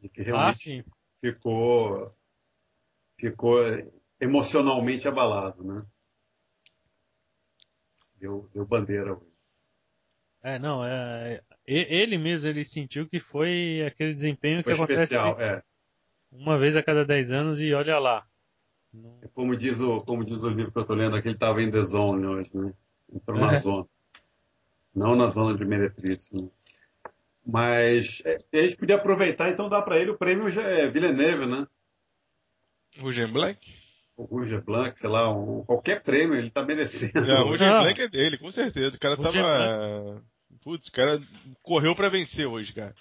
Speaker 2: De que
Speaker 1: Ah,
Speaker 2: realmente
Speaker 1: sim.
Speaker 2: ficou, ficou emocionalmente abalado, né? Deu, deu bandeira hoje.
Speaker 1: É, não, é. e- Ele mesmo, ele sentiu que foi aquele desempenho
Speaker 2: Foi
Speaker 1: que acontece
Speaker 2: especial, é.
Speaker 1: uma vez a cada 10 anos e olha lá. Não-
Speaker 2: É Como diz o, como diz o livro que eu tô lendo aqui, ele estava em The Zone hoje, né? Entrou na
Speaker 1: É.
Speaker 2: zona. Não na zona de meretriz, né? Mas é, a gente podia aproveitar, então dar para ele o prêmio é, Villeneuve, né?
Speaker 3: O Jean Black?
Speaker 2: O Roger Blanc, sei lá, um- qualquer prêmio ele está merecendo.
Speaker 3: Não, o Jean
Speaker 2: Ah.
Speaker 1: Não.
Speaker 3: Black é dele, com certeza. O cara
Speaker 1: O
Speaker 3: tava. Putz, o cara correu pra vencer hoje, cara.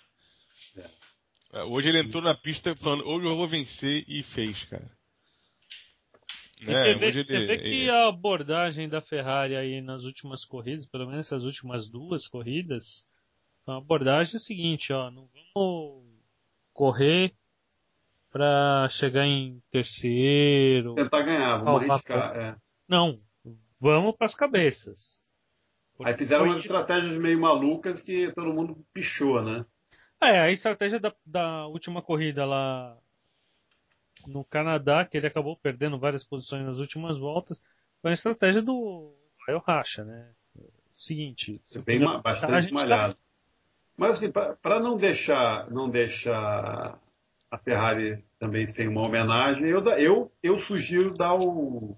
Speaker 3: É, Hoje ele entrou na pista falando, hoje eu vou vencer e fez, cara.
Speaker 1: E
Speaker 3: Né,
Speaker 1: você, vê,
Speaker 3: hoje é
Speaker 1: você vê que a abordagem da Ferrari aí nas últimas corridas, pelo menos essas últimas duas corridas, foi uma abordagem é seguinte, ó, não vamos correr pra chegar em terceiro.
Speaker 2: Tentar ganhar, vamos
Speaker 1: Salvar
Speaker 2: arriscar. é.
Speaker 1: Não, vamos pras cabeças.
Speaker 2: Aí fizeram
Speaker 1: Porque
Speaker 2: umas
Speaker 1: foi isso-
Speaker 2: estratégias meio malucas que todo mundo pichou, né?
Speaker 1: É, a estratégia da, da última corrida lá no Canadá, que ele acabou perdendo várias posições nas últimas voltas, foi a estratégia do Rafael Racha, né? Seguinte. se
Speaker 2: Bem,
Speaker 1: eu
Speaker 2: ma-
Speaker 1: puder botar, a
Speaker 2: bastante
Speaker 1: gente
Speaker 2: malhado. Mas assim, para não deixar, não deixar a Ferrari também sem uma homenagem, eu, da- eu, eu sugiro dar o,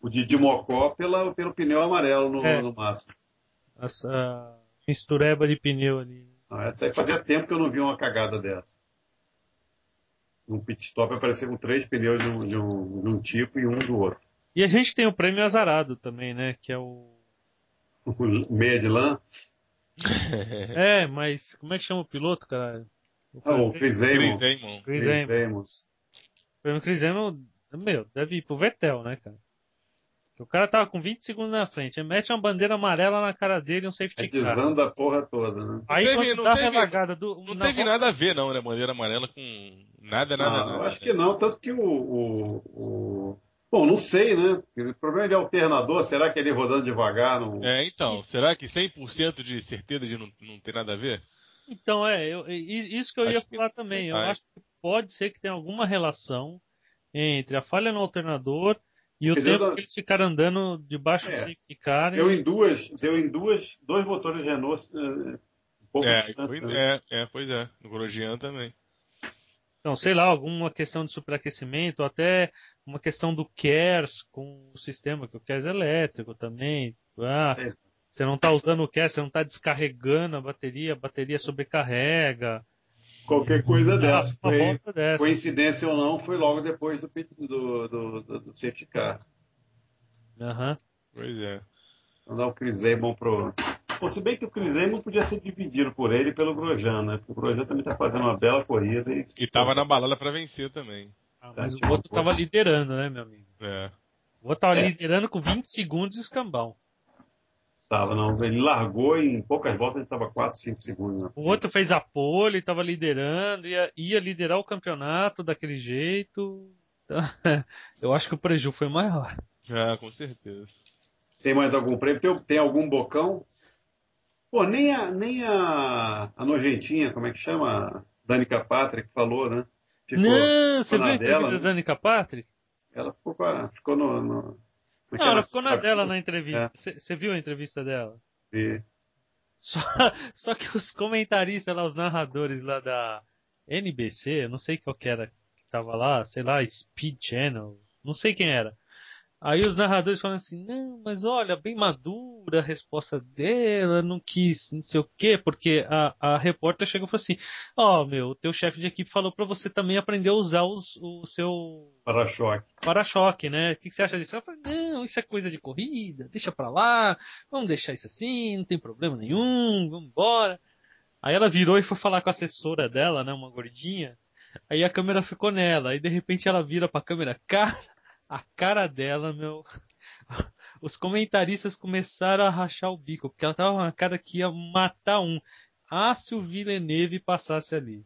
Speaker 2: o Didi Mocó pela, pelo pneu amarelo no,
Speaker 1: É.
Speaker 2: no Massa.
Speaker 1: Tá, essa mistureba de pneu ali.
Speaker 2: Ah, Essa aí fazia tempo que eu não vi uma cagada dessa. Um pit stop apareceu com três pneus de um, de um- de um tipo e um do outro.
Speaker 1: E a gente tem o prêmio azarado também, né? Que é o.
Speaker 2: Meia de lã.
Speaker 1: É, mas como é que chama o piloto, cara? O
Speaker 2: Ah, o Chris Amon.
Speaker 3: Chris Amon.
Speaker 1: Chris Amon.
Speaker 2: Amon.
Speaker 1: O prêmio Chris Amon, meu, deve ir pro Vettel, né, cara? Porque O cara tava com 20 segundos na frente. aí Mete uma bandeira amarela na cara dele e um
Speaker 2: É
Speaker 1: safety car.
Speaker 2: desanda a porra toda, né?
Speaker 1: Aí
Speaker 3: Não teve-
Speaker 1: quando
Speaker 3: não
Speaker 1: dá a
Speaker 3: teve-
Speaker 1: relagada do.
Speaker 3: Não
Speaker 1: na
Speaker 3: teve
Speaker 1: volta-
Speaker 3: nada a ver, não, né? Bandeira amarela com nada, nada, né?
Speaker 2: Ah,
Speaker 3: nada.
Speaker 2: eu acho que não, tanto que o, o- o- Bom, não sei, né? O problema é de alternador, será que ele rodando devagar não.
Speaker 3: É, então, será que 100% de certeza de não, não ter nada a ver?
Speaker 1: Então, é, eu- i- isso que eu ia
Speaker 3: Acho que-
Speaker 1: falar também. Eu
Speaker 3: Ah, é.
Speaker 1: acho que pode ser que tenha alguma relação entre a falha no alternador e o
Speaker 2: Quer dizer,
Speaker 1: tempo
Speaker 2: eu-
Speaker 1: que eles ficaram andando debaixo do
Speaker 2: É.
Speaker 1: safety car.
Speaker 2: Deu em duas, deu em duas, dois motores Renault, eh, pouca
Speaker 3: É,
Speaker 2: distância.
Speaker 3: foi-
Speaker 2: né?
Speaker 3: é, é, pois é. No Grosjean também.
Speaker 1: Então, sei lá, alguma questão de superaquecimento, ou até uma questão do KERS com o sistema, que o KERS é elétrico também. Ah,
Speaker 2: É.
Speaker 1: Você não está usando o KERS, você não está descarregando a bateria, a bateria sobrecarrega.
Speaker 2: Qualquer coisa dessa.
Speaker 3: tá
Speaker 1: Ah, uma
Speaker 2: Foi,
Speaker 1: volta dessa.
Speaker 2: coincidência ou não, foi logo depois do, pit- do, do, do, do safety car.
Speaker 1: Aham.
Speaker 3: Pois é.
Speaker 2: Então dá o Chris Amon pro. Bom, se bem que o Chris Amon podia ser dividido por ele e pelo Grosjean, né? Porque o Grosjean também tá fazendo uma bela corrida e.
Speaker 3: E tá tava na balada pra vencer também.
Speaker 1: Ah, mas o outro
Speaker 2: Tá, tipo,
Speaker 1: estava liderando, né, meu amigo?
Speaker 3: É.
Speaker 1: O outro tava
Speaker 2: É.
Speaker 1: liderando com 20 segundos de escambau.
Speaker 2: Tava, não. Ele largou e em poucas voltas ele tava 4, 5 segundos. Né?
Speaker 1: O outro fez a pole, tava liderando, ia, ia liderar o campeonato daquele jeito. Então, [laughs] eu acho que o preju foi maior.
Speaker 3: Ah, com certeza.
Speaker 2: Tem mais algum prêmio? Tem, tem algum bocão? Pô, nem a, nem a, a nojentinha, como é que chama? Dani Capatria, que falou, né? Ficou,
Speaker 1: Não, você
Speaker 2: ficou
Speaker 1: viu
Speaker 2: na
Speaker 1: a
Speaker 2: dela,
Speaker 1: entrevista da
Speaker 2: né?
Speaker 1: Danica Patrick?
Speaker 2: Ela ficou, com a- ficou no. no como é que
Speaker 1: Não, ela ficou na dela né? na
Speaker 2: É.
Speaker 1: entrevista. Você viu a entrevista dela? [laughs]
Speaker 2: E-
Speaker 1: Só, só que os comentaristas lá, os narradores lá da NBC, eu não sei qual que era que tava lá, sei lá, Speed Channel, não sei quem era. Aí os narradores falando assim, não, mas olha, bem madura a resposta dela, não quis, não sei o quê, porque a, a repórter chegou e falou assim, ó, meu, o teu chefe de equipe falou pra você também aprender a usar os, o seu
Speaker 2: Para-choque.
Speaker 1: para-choque, né? O que que você acha disso? Ela falou, não, isso é coisa de corrida, deixa pra lá, vamos deixar isso assim, não tem problema nenhum, vamos embora. Aí ela virou e foi falar com a assessora dela, né, uma gordinha, aí a câmera ficou nela, aí de repente ela vira pra câmera, [laughs] cara, a cara dela, meu... [laughs] Os comentaristas começaram a rachar o bico, porque ela tava com uma cara que ia matar um. Ah, se o Villeneuve passasse ali.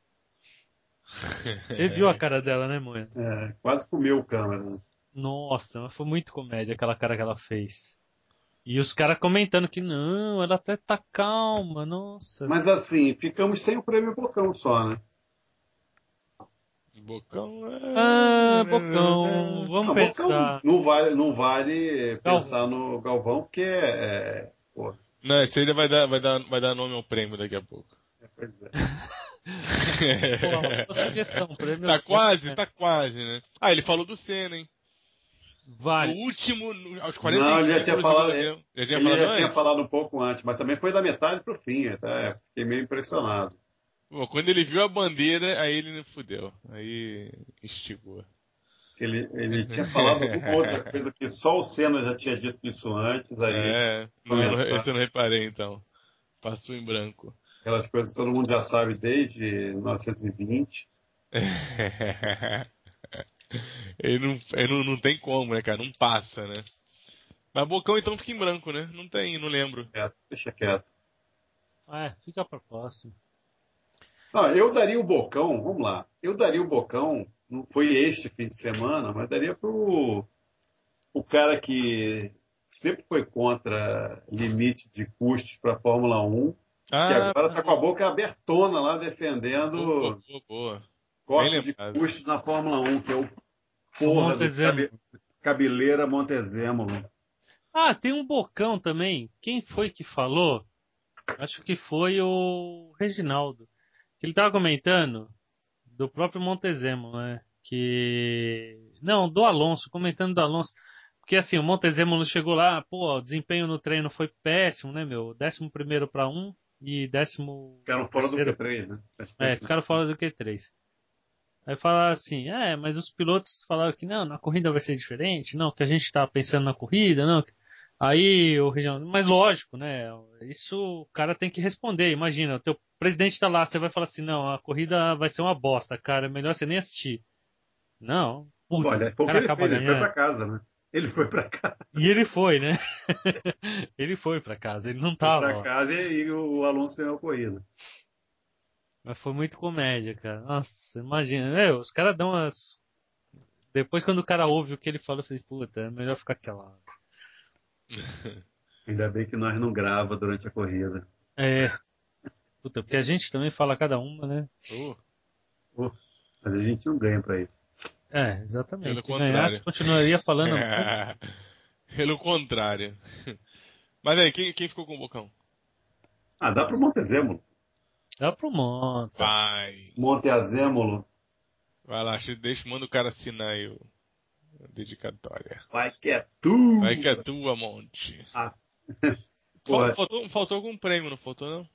Speaker 1: Você viu a cara dela, né, Moeda?
Speaker 2: É, quase comeu o câmera. né?
Speaker 1: Nossa, mas foi muito comédia aquela cara que ela fez. E os caras comentando que não, ela até tá calma, nossa.
Speaker 2: Mas assim, ficamos sem o prêmio bocão só, né?
Speaker 3: Bocão é.
Speaker 1: Ah, Bocão, vamos
Speaker 2: Ah, bocão
Speaker 1: pensar.
Speaker 2: não vale, não vale
Speaker 1: Galvão.
Speaker 2: pensar no Galvão, porque é. é, pô,
Speaker 3: Não, esse aí ele vai dar, vai, dar, vai dar nome ao prêmio daqui a pouco.
Speaker 2: é, pois é.
Speaker 1: Pô, uma sugestão, prêmio.
Speaker 3: [laughs] Tá
Speaker 1: é.
Speaker 3: quase, tá quase, né? Ah, ele falou do Senna, hein?
Speaker 1: Vale.
Speaker 3: O último, no- aos 40
Speaker 2: Não, ele já tinha falado- né?
Speaker 3: Já tinha
Speaker 2: Ele
Speaker 3: falado
Speaker 2: já
Speaker 3: antes?
Speaker 2: tinha falado um pouco antes, mas também foi da metade pro fim, até fiquei meio impressionado.
Speaker 3: Pô, quando ele viu a bandeira, aí ele fudeu. Aí estigou.
Speaker 2: Ele,
Speaker 3: [laughs]
Speaker 2: ele tinha falado alguma outra coisa que só o Senna já tinha dito isso antes, aí
Speaker 3: É, não, não, esse eu não reparei então. Passou em branco. [laughs]
Speaker 2: aquelas coisas que todo mundo já sabe desde 1920.
Speaker 3: ele não, ele não, não tem como, né, cara? Não passa, né? Mas Bocão então fica em branco, né? Não tem, não lembro.
Speaker 2: É, deixa quieto.
Speaker 1: É, fica pra próxima.
Speaker 2: Não, eu daria o bocão, vamos lá. Eu daria o bocão, não foi este fim de semana, mas daria pro o cara que sempre foi contra limite de custos para Fórmula 1, que
Speaker 3: Ah,
Speaker 2: agora está com a boca abertona lá defendendo
Speaker 3: boa, boa, boa.
Speaker 2: corte
Speaker 3: Bem
Speaker 2: de
Speaker 3: lembrado.
Speaker 2: custos na Fórmula 1, que é o porra do
Speaker 1: Montezemolo.
Speaker 2: cabe- né? cabeleira Montezemolo.
Speaker 1: Ah, tem um bocão também. Quem foi que falou? Acho que foi o Reginaldo. Que ele tava comentando do próprio Montezemo, né? Que. Não, do Alonso, comentando do Alonso. Porque assim, o Montezemo chegou lá, pô, o desempenho no treino foi péssimo, né, meu? Décimo primeiro pra um e décimo.
Speaker 2: Ficaram fora do
Speaker 1: terceiro
Speaker 2: P3, né?
Speaker 1: é, ficaram fora do Q3. Aí falaram assim, é, mas os pilotos falaram que não, na corrida vai ser diferente, não, que a gente tá pensando na corrida, não. Aí o região, mas lógico, né? Isso o cara tem que responder. Imagina, o teu presidente tá lá, você vai falar assim, não, a corrida vai ser uma bosta, cara, é melhor você nem assistir. Não,
Speaker 2: puta,
Speaker 3: né?
Speaker 2: Olha, foi o que ele fez, ele foi pra casa, né? Ele foi pra casa.
Speaker 1: E ele foi, né? [laughs] ele foi pra casa, ele não
Speaker 3: Tá,
Speaker 1: tava.
Speaker 2: Foi pra casa e, e o Alonso ganhou a corrida.
Speaker 1: Mas foi muito comédia, cara. Nossa, imagina. né? os caras dão as. Depois, quando o cara ouve o que ele fala, eu falei, puta, é melhor ficar aquela.
Speaker 2: Ainda bem que nós não grava durante a corrida.
Speaker 1: É. Puta, porque a gente também fala cada uma, né?
Speaker 3: Oh,
Speaker 2: Uh, Mas a gente não ganha pra isso.
Speaker 1: É, exatamente.
Speaker 3: Pelo
Speaker 1: Se ganhasse,
Speaker 3: contrário. É.
Speaker 1: continuaria falando.
Speaker 3: [laughs] Pelo contrário. [laughs] Mas aí, quem, quem ficou com o bocão?
Speaker 2: Ah, dá pro Montezemolo.
Speaker 1: Dá pro monta.
Speaker 3: Tá. Vai.
Speaker 2: Montezemolo
Speaker 3: Vai lá, che- deixa, manda o cara assinar aí o, a dedicatória.
Speaker 2: vai que é tu!
Speaker 3: Vai que é tua, Monte.
Speaker 2: Ah,
Speaker 3: Fal-
Speaker 2: Porra,
Speaker 3: Faltou, faltou algum prêmio, não faltou, não?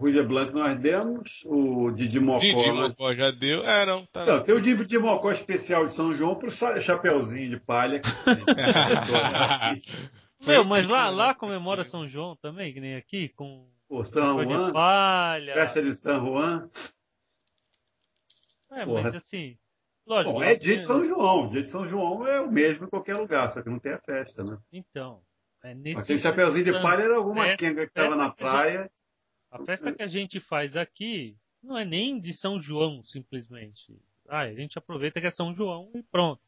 Speaker 2: Ruja Blanc nós demos, o Didi Mocó.
Speaker 3: Didi
Speaker 2: nós-
Speaker 3: Mocó já deu. É, não, tá.
Speaker 2: Não,
Speaker 3: Não. [laughs]
Speaker 2: tem o Didi de Mocó especial de São João pro sa- chapeuzinho de palha.
Speaker 1: Meu, mas lá, lá comemora São João também, que nem aqui, com
Speaker 2: o São
Speaker 1: cor de
Speaker 2: Juan,
Speaker 1: palha.
Speaker 2: festa de São Juan.
Speaker 1: É, mas
Speaker 2: Porra.
Speaker 1: assim, lógico.
Speaker 2: Bom,
Speaker 1: lá
Speaker 2: é dia de
Speaker 1: tem-
Speaker 2: São João. Dia de São João é o mesmo em qualquer lugar, só que não tem a festa, né?
Speaker 1: Então, é nesse
Speaker 2: Aquele chapeuzinho de
Speaker 1: São-
Speaker 2: palha era alguma
Speaker 1: festa-
Speaker 2: quenga que estava na
Speaker 1: É, festa que a
Speaker 2: praia.
Speaker 1: A festa que a gente faz aqui não é nem de São João, simplesmente. Ah, a gente aproveita que é São João e pronto.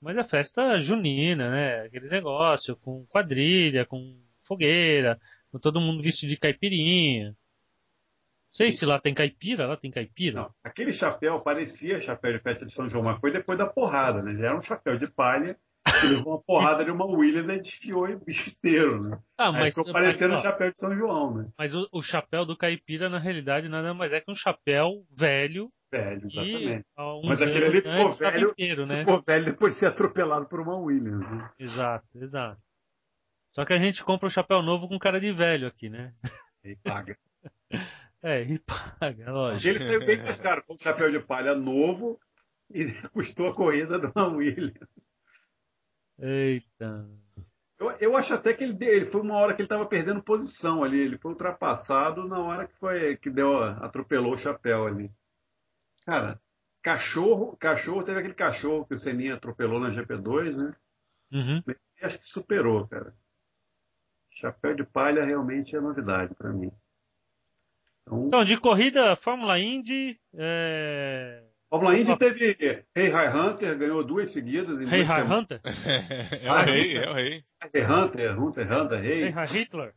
Speaker 1: Mas é festa junina, né? Aquele negócio com quadrilha, com fogueira, com todo mundo vestido de caipirinha. Não sei se lá tem caipira, lá tem caipira.
Speaker 2: Não, aquele chapéu parecia chapéu de festa de São João, mas foi depois da porrada, né? Era um chapéu de palha, que levou uma porrada de uma Williams e desfiou o bicho inteiro, né?
Speaker 1: Ah,
Speaker 2: Aí
Speaker 1: mas,
Speaker 2: ficou
Speaker 1: mas,
Speaker 2: parecendo o
Speaker 1: ó,
Speaker 2: chapéu de São João, né?
Speaker 1: mas o, o chapéu do caipira, na realidade, nada mais é que um chapéu velho
Speaker 2: Velho,
Speaker 1: e
Speaker 2: exatamente.
Speaker 1: há uns
Speaker 2: Mas aquele
Speaker 1: anos
Speaker 2: ali ficou
Speaker 1: antes tava
Speaker 2: velho,
Speaker 1: inteiro, né?
Speaker 2: Ficou velho depois de ser atropelado por uma Williams, né?
Speaker 1: Exato, exato. Só que a gente compra o chapéu novo com cara de velho aqui, né?
Speaker 2: E paga.
Speaker 1: É, e [laughs] paga,
Speaker 2: E
Speaker 1: lógico.
Speaker 2: ele saiu bem mais caro, com um chapéu de palha novo e [laughs] custou a corrida de uma Williams.
Speaker 1: Eita.
Speaker 2: Eu, eu acho até que ele, deu- ele foi uma hora que ele estava perdendo posição ali, ele foi ultrapassado na hora que foi que deu a- atropelou o chapéu ali. Cara, cachorro, cachorro teve aquele cachorro que o Seninha atropelou na GP2, né?
Speaker 1: Uhum.
Speaker 2: Eu acho que superou, cara. Chapéu de palha realmente é novidade pra mim. Então,
Speaker 1: Então, de corrida, Fórmula Indy, é...
Speaker 2: Fórmula Indy teve Hey High Hunter, ganhou duas seguidas. em
Speaker 1: Hey
Speaker 2: duas
Speaker 1: Hi
Speaker 2: semanas.
Speaker 1: Hunter,
Speaker 3: É o rei, é o rei.
Speaker 2: Hey Hunter, Hunter, Hunter,
Speaker 1: Hey
Speaker 2: Hey.
Speaker 1: Hi Hitler.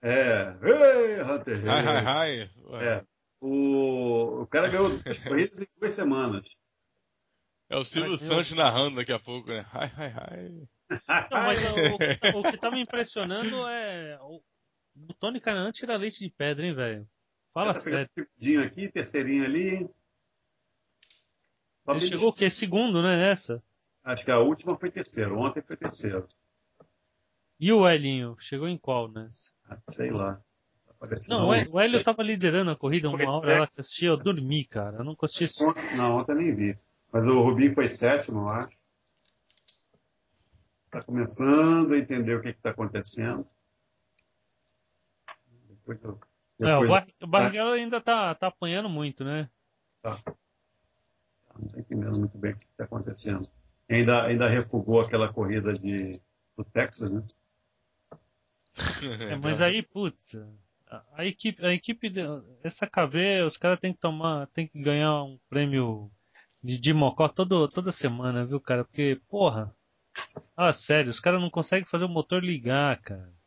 Speaker 2: É, Hey Hunter,
Speaker 3: Ai, ai,
Speaker 2: Hey.
Speaker 3: ai.
Speaker 2: É. O, o cara ganhou duas corridas em duas semanas.
Speaker 1: [laughs]
Speaker 3: É o Silvio
Speaker 1: Ai, meu.
Speaker 3: Santos narrando daqui a pouco, né? Ai, ai, ai.
Speaker 1: Não, mas o, o que tá- o que tá me impressionando é... O, o Tony Canaan tira leite de pedra, hein, velho? Fala
Speaker 2: Tá
Speaker 1: sério.
Speaker 2: pegando Segundinho aqui, terceirinho ali. Só
Speaker 1: Ele
Speaker 2: me
Speaker 1: chegou o quê? Segundo, né, essa?
Speaker 2: Acho que a última foi terceiro, ontem foi terceiro.
Speaker 1: E o Elinho? Chegou em qual, né?
Speaker 2: Ah, Sei lá. Tá aparecendo
Speaker 1: Não, é. o
Speaker 2: um-
Speaker 1: El- o Hélio tava liderando a corrida
Speaker 2: Pois
Speaker 1: uma
Speaker 2: é.
Speaker 1: hora, ela assistia, eu dormi, cara. Eu não consegui
Speaker 2: Ontem- Não, ontem eu nem vi. Mas o Rubinho foi sétimo, eu acho. Está começando a entender o que está acontecendo. Depois eu,
Speaker 1: É, o,
Speaker 2: depois
Speaker 1: Bar o Barrichello ainda tá, tá apanhando muito, né?
Speaker 2: eu não estou entendendo muito bem o que está acontecendo. Ainda, ainda refugou aquela corrida de, do Texas, né? [laughs]
Speaker 1: É,
Speaker 3: então.
Speaker 1: mas aí, puta, a, a equipe, a equipe, de- essa KV, os caras tem que tomar, tem que ganhar um prêmio de, de mocó todo, toda semana, viu, cara? Porque, porra, ah, sério, os caras não conseguem fazer o motor ligar, cara.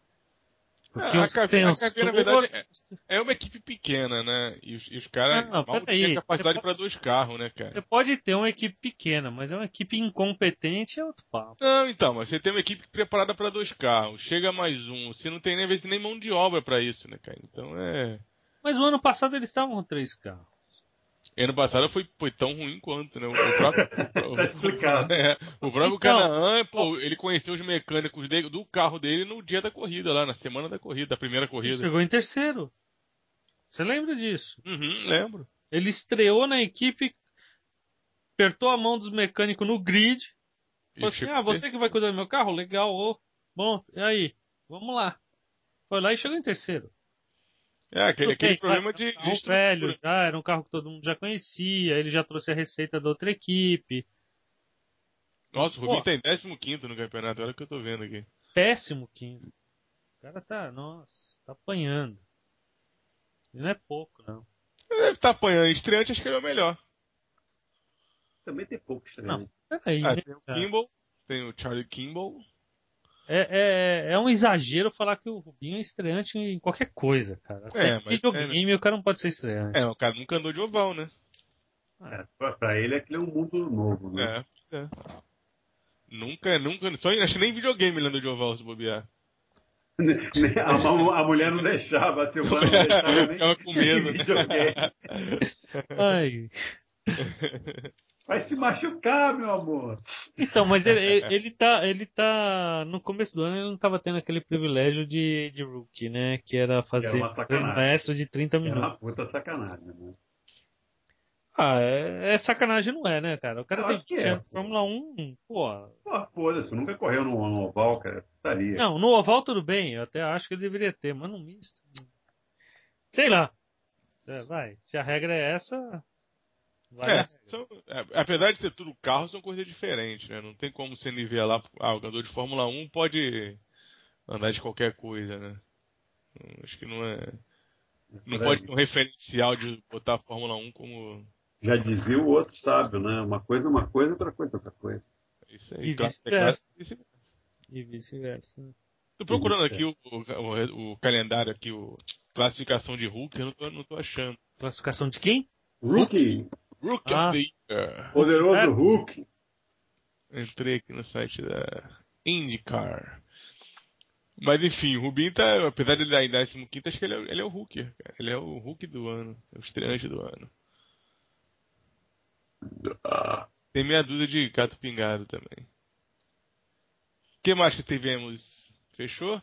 Speaker 1: Porque
Speaker 3: Ah, a
Speaker 1: o
Speaker 3: Cav- a
Speaker 1: sensor-
Speaker 3: Cav, na verdade, É uma equipe pequena, né? E os, e os caras
Speaker 1: Não,
Speaker 3: mal
Speaker 1: peraí.
Speaker 3: tinha capacidade
Speaker 1: Você
Speaker 3: pra dois carros, né, cara?
Speaker 1: Você pode ter uma equipe pequena, mas é uma equipe incompetente é outro papo.
Speaker 3: Não, então, mas você tem uma equipe preparada pra dois carros, chega mais um, você não tem nem, às vezes, nem mão de obra pra isso, né, cara? Então é.
Speaker 1: Mas o ano passado eles estavam com três carros.
Speaker 3: Ano passado foi, foi tão ruim quanto, né? O próprio,
Speaker 2: [laughs] Tá explicado.
Speaker 3: É, o próprio
Speaker 1: Então,
Speaker 3: Canaã, pô, ele conheceu os mecânicos dele- do carro dele no dia da corrida, lá, na semana da corrida, da primeira
Speaker 1: Ele
Speaker 3: corrida.
Speaker 1: chegou em terceiro. Você lembra disso?
Speaker 3: Uhum, lembro.
Speaker 1: Ele estreou na equipe apertou a mão dos mecânicos no grid. Falou assim: Ah, você que vai cuidar do meu carro? Legal, ô. Bom, e aí? Vamos lá. Foi lá e chegou em terceiro.
Speaker 3: É, aquele,
Speaker 1: Tudo bem,
Speaker 3: aquele problema
Speaker 1: mas
Speaker 3: de. né?
Speaker 1: Era um
Speaker 3: de
Speaker 1: carro
Speaker 3: estrutura.
Speaker 1: velho já, era um carro que todo mundo já conhecia, ele já trouxe a receita da outra equipe.
Speaker 3: Nossa, o Rubinho
Speaker 1: Pô.
Speaker 3: tá em 15 no campeonato, olha o que eu tô vendo aqui.
Speaker 1: Péssimo quinto. O cara tá, nossa, tá apanhando. E não é pouco, não.
Speaker 3: Ele deve estar apanhando. Estreante, acho que ele é o melhor.
Speaker 2: Também tem pouco estranho.
Speaker 1: Não, peraí.
Speaker 3: Ah,
Speaker 1: né,
Speaker 3: tem o
Speaker 1: cara?
Speaker 3: Kimball, tem o Charlie Kimball.
Speaker 1: É, é, é um exagero falar que o Rubinho é estreante em qualquer coisa, cara. Até
Speaker 3: É,
Speaker 1: em
Speaker 3: mas-
Speaker 1: videogame o cara não pode ser estreante.
Speaker 3: É, o cara nunca andou de oval, né?
Speaker 2: É, pra- pra ele, aquilo é um mundo novo, né?
Speaker 3: É, é. Nunca, nunca. Só, acho que nem videogame ele andou de oval se bobear.
Speaker 2: [laughs] A, mu- a mulher não deixava, a Silvana não deixava
Speaker 3: [laughs]
Speaker 2: nem.
Speaker 3: Ficava com
Speaker 2: [laughs]
Speaker 3: medo. né?
Speaker 2: videogame.
Speaker 3: É.
Speaker 1: Ai.
Speaker 2: Vai se machucar, meu amor.
Speaker 1: Então, mas ele, ele, ele tá. Ele tá. No começo do ano ele não tava tendo aquele privilégio de, de rookie, né? Que era fazer
Speaker 2: uma sacanagem.
Speaker 1: um resto de 30
Speaker 2: Era
Speaker 1: minutos.
Speaker 2: uma puta sacanagem, né?
Speaker 1: Ah, é, é sacanagem, não é, né, cara? O cara
Speaker 2: Eu
Speaker 1: tem
Speaker 2: acho que é.
Speaker 1: Fórmula 1, pô.
Speaker 2: Pô, foda-se, nunca correu num num oval, cara. Estaria.
Speaker 1: Não, no oval tudo bem, eu até acho que ele deveria ter, mas no misto. Sei lá. É, vai, se a regra é essa. Vai
Speaker 3: É,
Speaker 1: na regra.
Speaker 3: são- é, apesar de ser tudo carro, são coisas diferentes, né? Não tem como você nivelar. Ah, o jogador de Fórmula 1 pode andar de qualquer coisa, né? Hum, Acho que não é. Não
Speaker 2: Por
Speaker 3: pode
Speaker 2: aí.
Speaker 3: ter um referencial de botar a Fórmula 1 como.
Speaker 2: Já dizia o outro sábio, né? Uma coisa é uma coisa, outra coisa é outra coisa.
Speaker 3: Isso
Speaker 1: E
Speaker 3: aí, classe é
Speaker 1: vice-versa.
Speaker 3: classe, vice-
Speaker 1: E vice-versa. né?
Speaker 3: Tô procurando
Speaker 2: Isso,
Speaker 3: aqui o, o- o calendário aqui, o classificação de Hulk, eu não tô, não tô achando.
Speaker 1: Classificação de quem?
Speaker 2: Rookie,
Speaker 3: Rookie
Speaker 1: Ah.
Speaker 3: of the Year.
Speaker 2: poderoso
Speaker 1: É.
Speaker 2: Hulk.
Speaker 3: Entrei aqui no site da IndyCar. Mas enfim, o Rubinho tá, apesar de ele dar em 15, acho que ele é, o- ele é o Hulk. cara. Ele é o Hulk do ano, é o estreante do ano.
Speaker 2: Ah,
Speaker 3: Tem meia dúzia de gato pingado também. O que mais que tivemos? Fechou?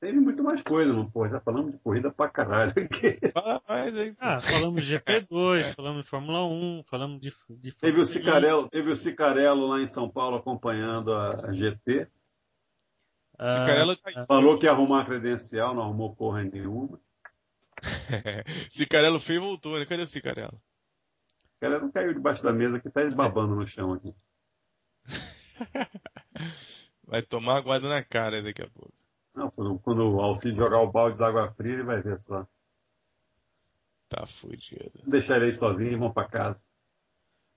Speaker 2: Teve muito mais coisa, mas, pô, já falamos de corrida pra caralho aqui. [laughs]
Speaker 3: Fala mais aí.
Speaker 1: [laughs]
Speaker 3: pô.
Speaker 1: Ah, falamos de GP2, falamos de Fórmula 1, falamos de. de
Speaker 2: Teve
Speaker 1: Fórmula
Speaker 2: o Cicarello, teve o Cicarello lá em São Paulo acompanhando a a GT.
Speaker 1: I. Ah,
Speaker 3: Cicarello tá aí.
Speaker 2: Falou que ia arrumar a credencial, não arrumou porra nenhuma.
Speaker 3: [laughs] Cicarello feio voltou, né? Cadê o Cicarello?
Speaker 2: O cara não caiu debaixo da mesa que tá esbabando no chão aqui.
Speaker 3: Vai tomar a guarda na cara daqui a pouco.
Speaker 2: Não, quando, quando o Alcides jogar o balde d'água fria, ele vai ver só.
Speaker 3: Tá fudido.
Speaker 2: Deixar ele sozinho e vão pra casa.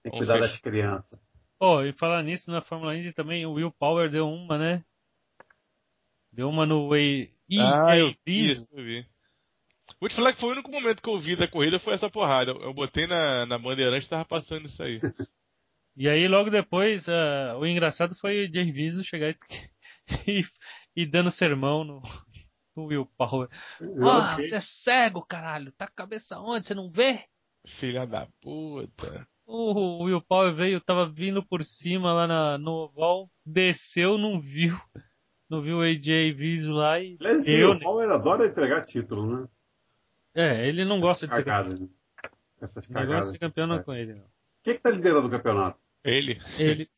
Speaker 2: Tem que
Speaker 3: Vamos
Speaker 2: cuidar
Speaker 3: fechar.
Speaker 2: das crianças.
Speaker 1: Ó, e falar nisso, na Fórmula Indy também o Will Power deu uma, né? Deu uma no Way.
Speaker 3: Ah, eu
Speaker 1: EAB.
Speaker 3: vi isso, eu vi. Vou te falar que foi o único momento que eu vi da corrida foi essa porrada. Eu eu botei na, na bandeirante e tava passando isso
Speaker 1: [laughs]
Speaker 3: aí.
Speaker 1: E aí, logo depois, ah, o engraçado foi o James Viso chegar [laughs] e, e dando sermão no, no Will Power. Ah,
Speaker 2: Ok.
Speaker 1: você é cego, caralho. Tá com a cabeça onde? Você não vê?
Speaker 3: Filha da puta.
Speaker 1: O Will Power veio, tava vindo por cima lá na, no oval, desceu, não viu. Não viu o AJ Viso lá e.
Speaker 2: Aliás, esse
Speaker 1: Eu,
Speaker 2: Will Power adora entregar título, né?
Speaker 1: É, ele não gosta de ser campeão.
Speaker 2: Cagada, né? Essas
Speaker 1: Não gosta de
Speaker 2: cagadas.
Speaker 1: ser campeão não é
Speaker 2: É.
Speaker 1: com ele, não.
Speaker 2: Quem que tá liderando o campeonato?
Speaker 1: [laughs]
Speaker 3: Ele.
Speaker 2: É.
Speaker 1: Ele.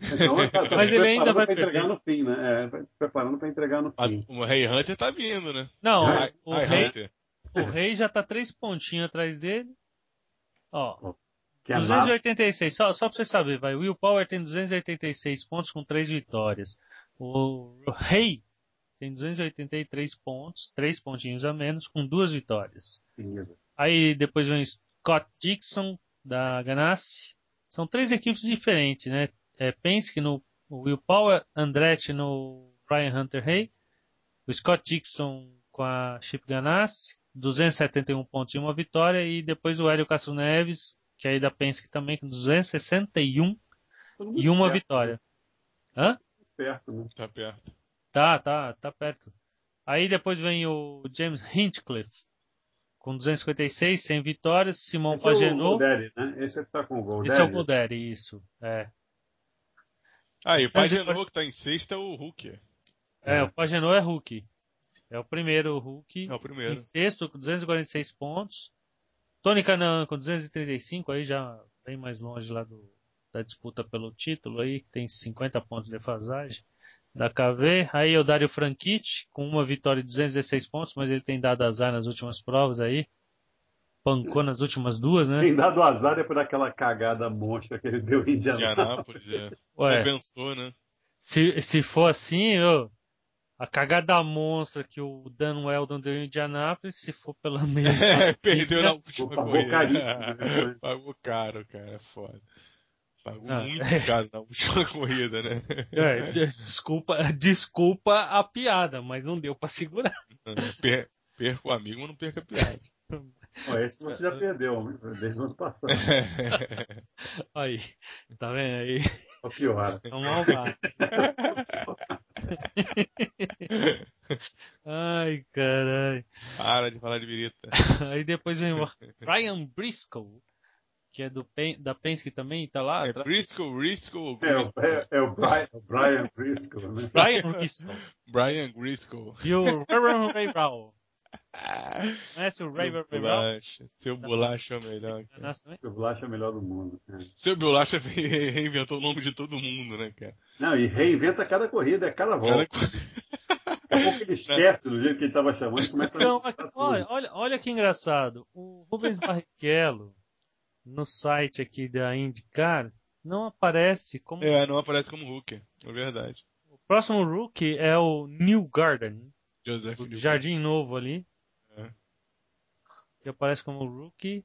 Speaker 2: Então, é, tá- tá
Speaker 1: Mas
Speaker 2: se
Speaker 1: ele ainda
Speaker 2: preparando
Speaker 1: vai
Speaker 2: pra entregar
Speaker 1: perder.
Speaker 2: no fim, né? É, vai se preparando pra entregar no
Speaker 3: A-
Speaker 2: fim.
Speaker 3: O Rei Hunter tá vindo, né?
Speaker 1: Não,
Speaker 2: Ah,
Speaker 1: o,
Speaker 3: Hi- Hi-
Speaker 1: rei,
Speaker 3: Hunter.
Speaker 1: o rei já tá três pontinhos atrás dele. Ó,
Speaker 2: Que é nada.
Speaker 1: 286, só, só pra você saber, vai. O Will Power tem 286 pontos com 3 vitórias. O Rei tem 283 pontos, 3 pontinhos a menos, com duas vitórias.
Speaker 2: assim,
Speaker 1: Aí depois vem Scott Dixon, da Ganassi. São três equipes diferentes, né? É, Penske no Will Power, Andretti no Ryan Hunter Rey, o Scott Dixon com a Chip Ganassi, 271 pontos e uma vitória, e depois o Hélio Castro Neves, que aí é da Penske também, com 261
Speaker 2: Todo mundo
Speaker 1: e uma
Speaker 2: perto,
Speaker 1: vitória. Hã?
Speaker 2: Perto, né?
Speaker 3: Tá perto.
Speaker 1: Tá, tá, tá perto. Aí depois vem o James Hinchcliffe, com 256, 100 vitórias, Simon
Speaker 2: Esse é o
Speaker 1: Pagenaud,
Speaker 2: Goldelli, né? Esse é que tá com o Goldelli.
Speaker 1: esse é o Golderi, isso. É.
Speaker 3: Aí, o
Speaker 1: Mas
Speaker 3: Pagenou que tá em sexta é o Hulk.
Speaker 1: É,
Speaker 2: É.
Speaker 1: o Pagenaud é Hulk. É o primeiro Hulk.
Speaker 3: É o
Speaker 1: Em
Speaker 3: primeiro.
Speaker 1: sexto, com 246 pontos. Tony Canan com 235, aí já bem mais longe lá do, da disputa pelo título aí, que tem 50 pontos de defasagem da KV. Aí o Dario Franchitti, com uma vitória e 216 pontos, mas ele tem dado azar nas últimas provas aí. Pancou nas últimas duas, né?
Speaker 2: Tem dado azar depois daquela cagada monstra que ele deu em
Speaker 1: [laughs]
Speaker 2: Indianápolis.
Speaker 3: Indianápolis, é.
Speaker 1: Ué.
Speaker 3: Compensou, né? [laughs]
Speaker 1: Se, se for assim, ô, a cagada monstra que o Dan Weldon deu em Indianápolis, se for pela mesma.
Speaker 3: É, perdeu na última
Speaker 2: Pagou
Speaker 1: [laughs]
Speaker 3: corrida.
Speaker 2: caríssimo, né?
Speaker 3: [laughs] Pagou caro, cara. é Foda. Pagou
Speaker 1: Ah,
Speaker 3: muito
Speaker 1: é.
Speaker 3: caro na última [laughs] corrida, né?
Speaker 1: É, de- desculpa, desculpa a piada, mas não deu pra segurar.
Speaker 3: [laughs] Per- Perco o amigo, mas não perca a piada.
Speaker 2: Ó, Esse você já perdeu desde o ano passado.
Speaker 1: Aí, tá vendo aí?
Speaker 2: Só piora.
Speaker 1: É um malvado. Ai, caralho.
Speaker 3: [laughs] Para de falar de birita.
Speaker 1: Aí depois vem o Ryan Briscoe, que é do Pen- da Penske também, tá lá
Speaker 3: É
Speaker 1: atrás.
Speaker 3: Briscoe, Briscoe,
Speaker 2: É, o-
Speaker 3: Briscoe.
Speaker 2: é, é o Brian, o Brian Briscoe, né?
Speaker 1: Ryan Briscoe.
Speaker 3: Brian Briscoe.
Speaker 1: E o Ryan Ray Brown.
Speaker 3: Ah,
Speaker 1: Conhece o Ray
Speaker 3: Seu
Speaker 1: Brown?
Speaker 3: bolacha, seu
Speaker 1: Tá.
Speaker 3: bolacha é o melhor. cara.
Speaker 1: Nasce também?
Speaker 2: O Blanche é o melhor do mundo. né?
Speaker 3: Seu bolacha [laughs] reinventou o nome de todo mundo, né, cara?
Speaker 2: Não, e reinventa cada corrida, é cada volta. Daqui a pouco ele esquece do jeito que ele estava chamando e começa
Speaker 1: Então,
Speaker 2: a
Speaker 1: aqui, olha, olha, olha que engraçado. O Rubens Barrichello, no site aqui da IndyCar, não aparece como.
Speaker 3: É, não aparece como Hulk, é verdade.
Speaker 1: O próximo rookie é o New Garden,
Speaker 3: Joseph
Speaker 1: do
Speaker 3: Newcomb.
Speaker 1: Jardim Novo ali.
Speaker 3: É.
Speaker 1: Que aparece como rookie.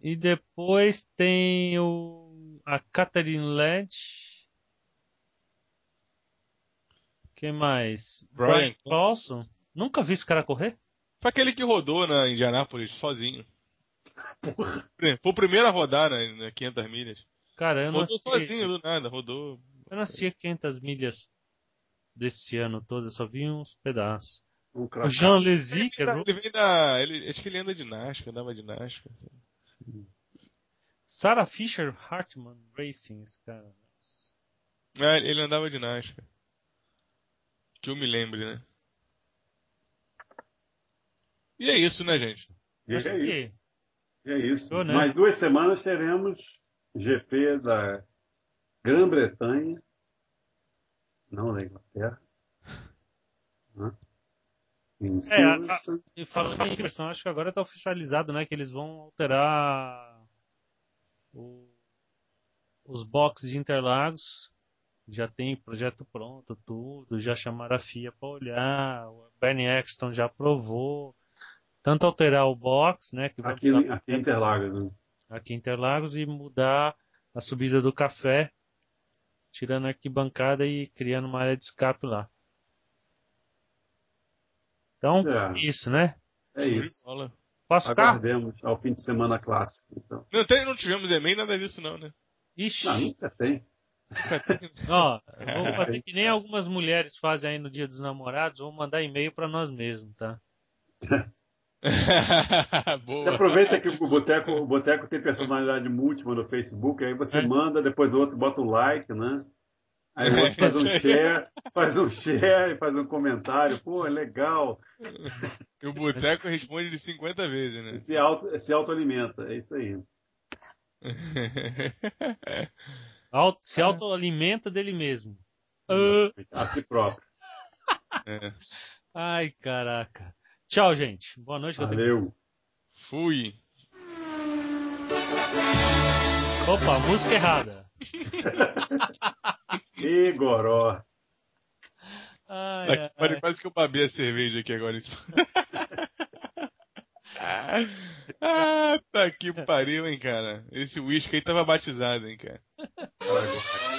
Speaker 1: E depois tem o. A Catherine Led. Quem mais?
Speaker 3: Brian
Speaker 1: Clausen. Nunca vi esse cara correr?
Speaker 3: Foi aquele que rodou na Indianápolis sozinho. Porra. Foi o primeiro a rodar na, na 500 milhas.
Speaker 1: Cara, eu não
Speaker 3: Rodou
Speaker 1: assisti.
Speaker 3: sozinho do nada, rodou.
Speaker 1: Eu nasci a 500 milhas desse ano todo, eu só vi uns pedaços.
Speaker 2: um
Speaker 1: O
Speaker 2: crachá.
Speaker 1: Jean Lezy, que é
Speaker 3: Ele,
Speaker 1: ru-
Speaker 3: vem da. Ele, acho que ele anda de Nasca, andava de Nasca. assim.
Speaker 1: Sarah Fisher Hartman Racing, esse cara.
Speaker 3: É, ele andava de Nasca. Que eu me lembre, né? E é isso, né, gente?
Speaker 2: E
Speaker 1: Acho
Speaker 2: é isso.
Speaker 1: que
Speaker 2: É isso.
Speaker 1: Tô, né?
Speaker 2: Mais duas semanas teremos GP da Grã-Bretanha. Não, da Inglaterra. Né? Em
Speaker 1: a-
Speaker 2: Silverstone.
Speaker 1: E falando em versão, acho que agora tá oficializado, né? Que eles vão alterar o- os boxes de Interlagos. Já tem projeto pronto, tudo. Já chamaram a FIA pra olhar. O Bernie Eccleston já aprovou. Tanto alterar o box, né? Que vai
Speaker 2: aqui, em- aqui em Interlagos. né?
Speaker 1: aqui em Interlagos e mudar a subida do café, tirando a arquibancada e criando uma área de escape lá. Então,
Speaker 2: É.
Speaker 1: isso, né?
Speaker 2: É isso.
Speaker 3: Bola.
Speaker 1: Posso carro?
Speaker 2: Aguardemos ao fim de semana clássico. Então.
Speaker 3: Não, tem, não tivemos e-mail, nada disso, não, né? [laughs]
Speaker 1: Ixi,
Speaker 2: Não, nunca tem.
Speaker 1: ó,
Speaker 2: [laughs]
Speaker 1: vou fazer que nem algumas mulheres fazem aí no dia dos namorados, vou mandar e-mail pra nós mesmos, tá?
Speaker 2: [laughs] Você
Speaker 3: Boa.
Speaker 2: aproveita que o Boteco, o Boteco tem personalidade múltipla no Facebook, aí você
Speaker 1: É.
Speaker 2: manda, depois o outro bota um like, né? Aí o outro
Speaker 1: [laughs]
Speaker 2: faz um share, faz um share, faz um comentário, pô, é legal,
Speaker 3: E o Boteco responde de 50 vezes,
Speaker 1: É.
Speaker 3: né?
Speaker 2: se, auto, se autoalimenta, é isso aí.
Speaker 3: né?
Speaker 1: Auto- se autoalimenta dele mesmo. Ah,
Speaker 2: A si próprio.
Speaker 3: É.
Speaker 1: ai, caraca. Tchau, gente. Boa noite. que eu tenho que-
Speaker 2: Valeu.
Speaker 3: [laughs] Fui.
Speaker 1: Opa, música é errada.
Speaker 2: E goró.
Speaker 1: Ai,
Speaker 2: É,
Speaker 3: Tá aqui,
Speaker 1: ai,
Speaker 3: pare- Quase que eu babei a cerveja aqui agora.
Speaker 2: [laughs]
Speaker 3: [laughs] ah, tá que pariu, hein, cara. Esse uísque aí tava batizado, hein, cara.
Speaker 2: Agora.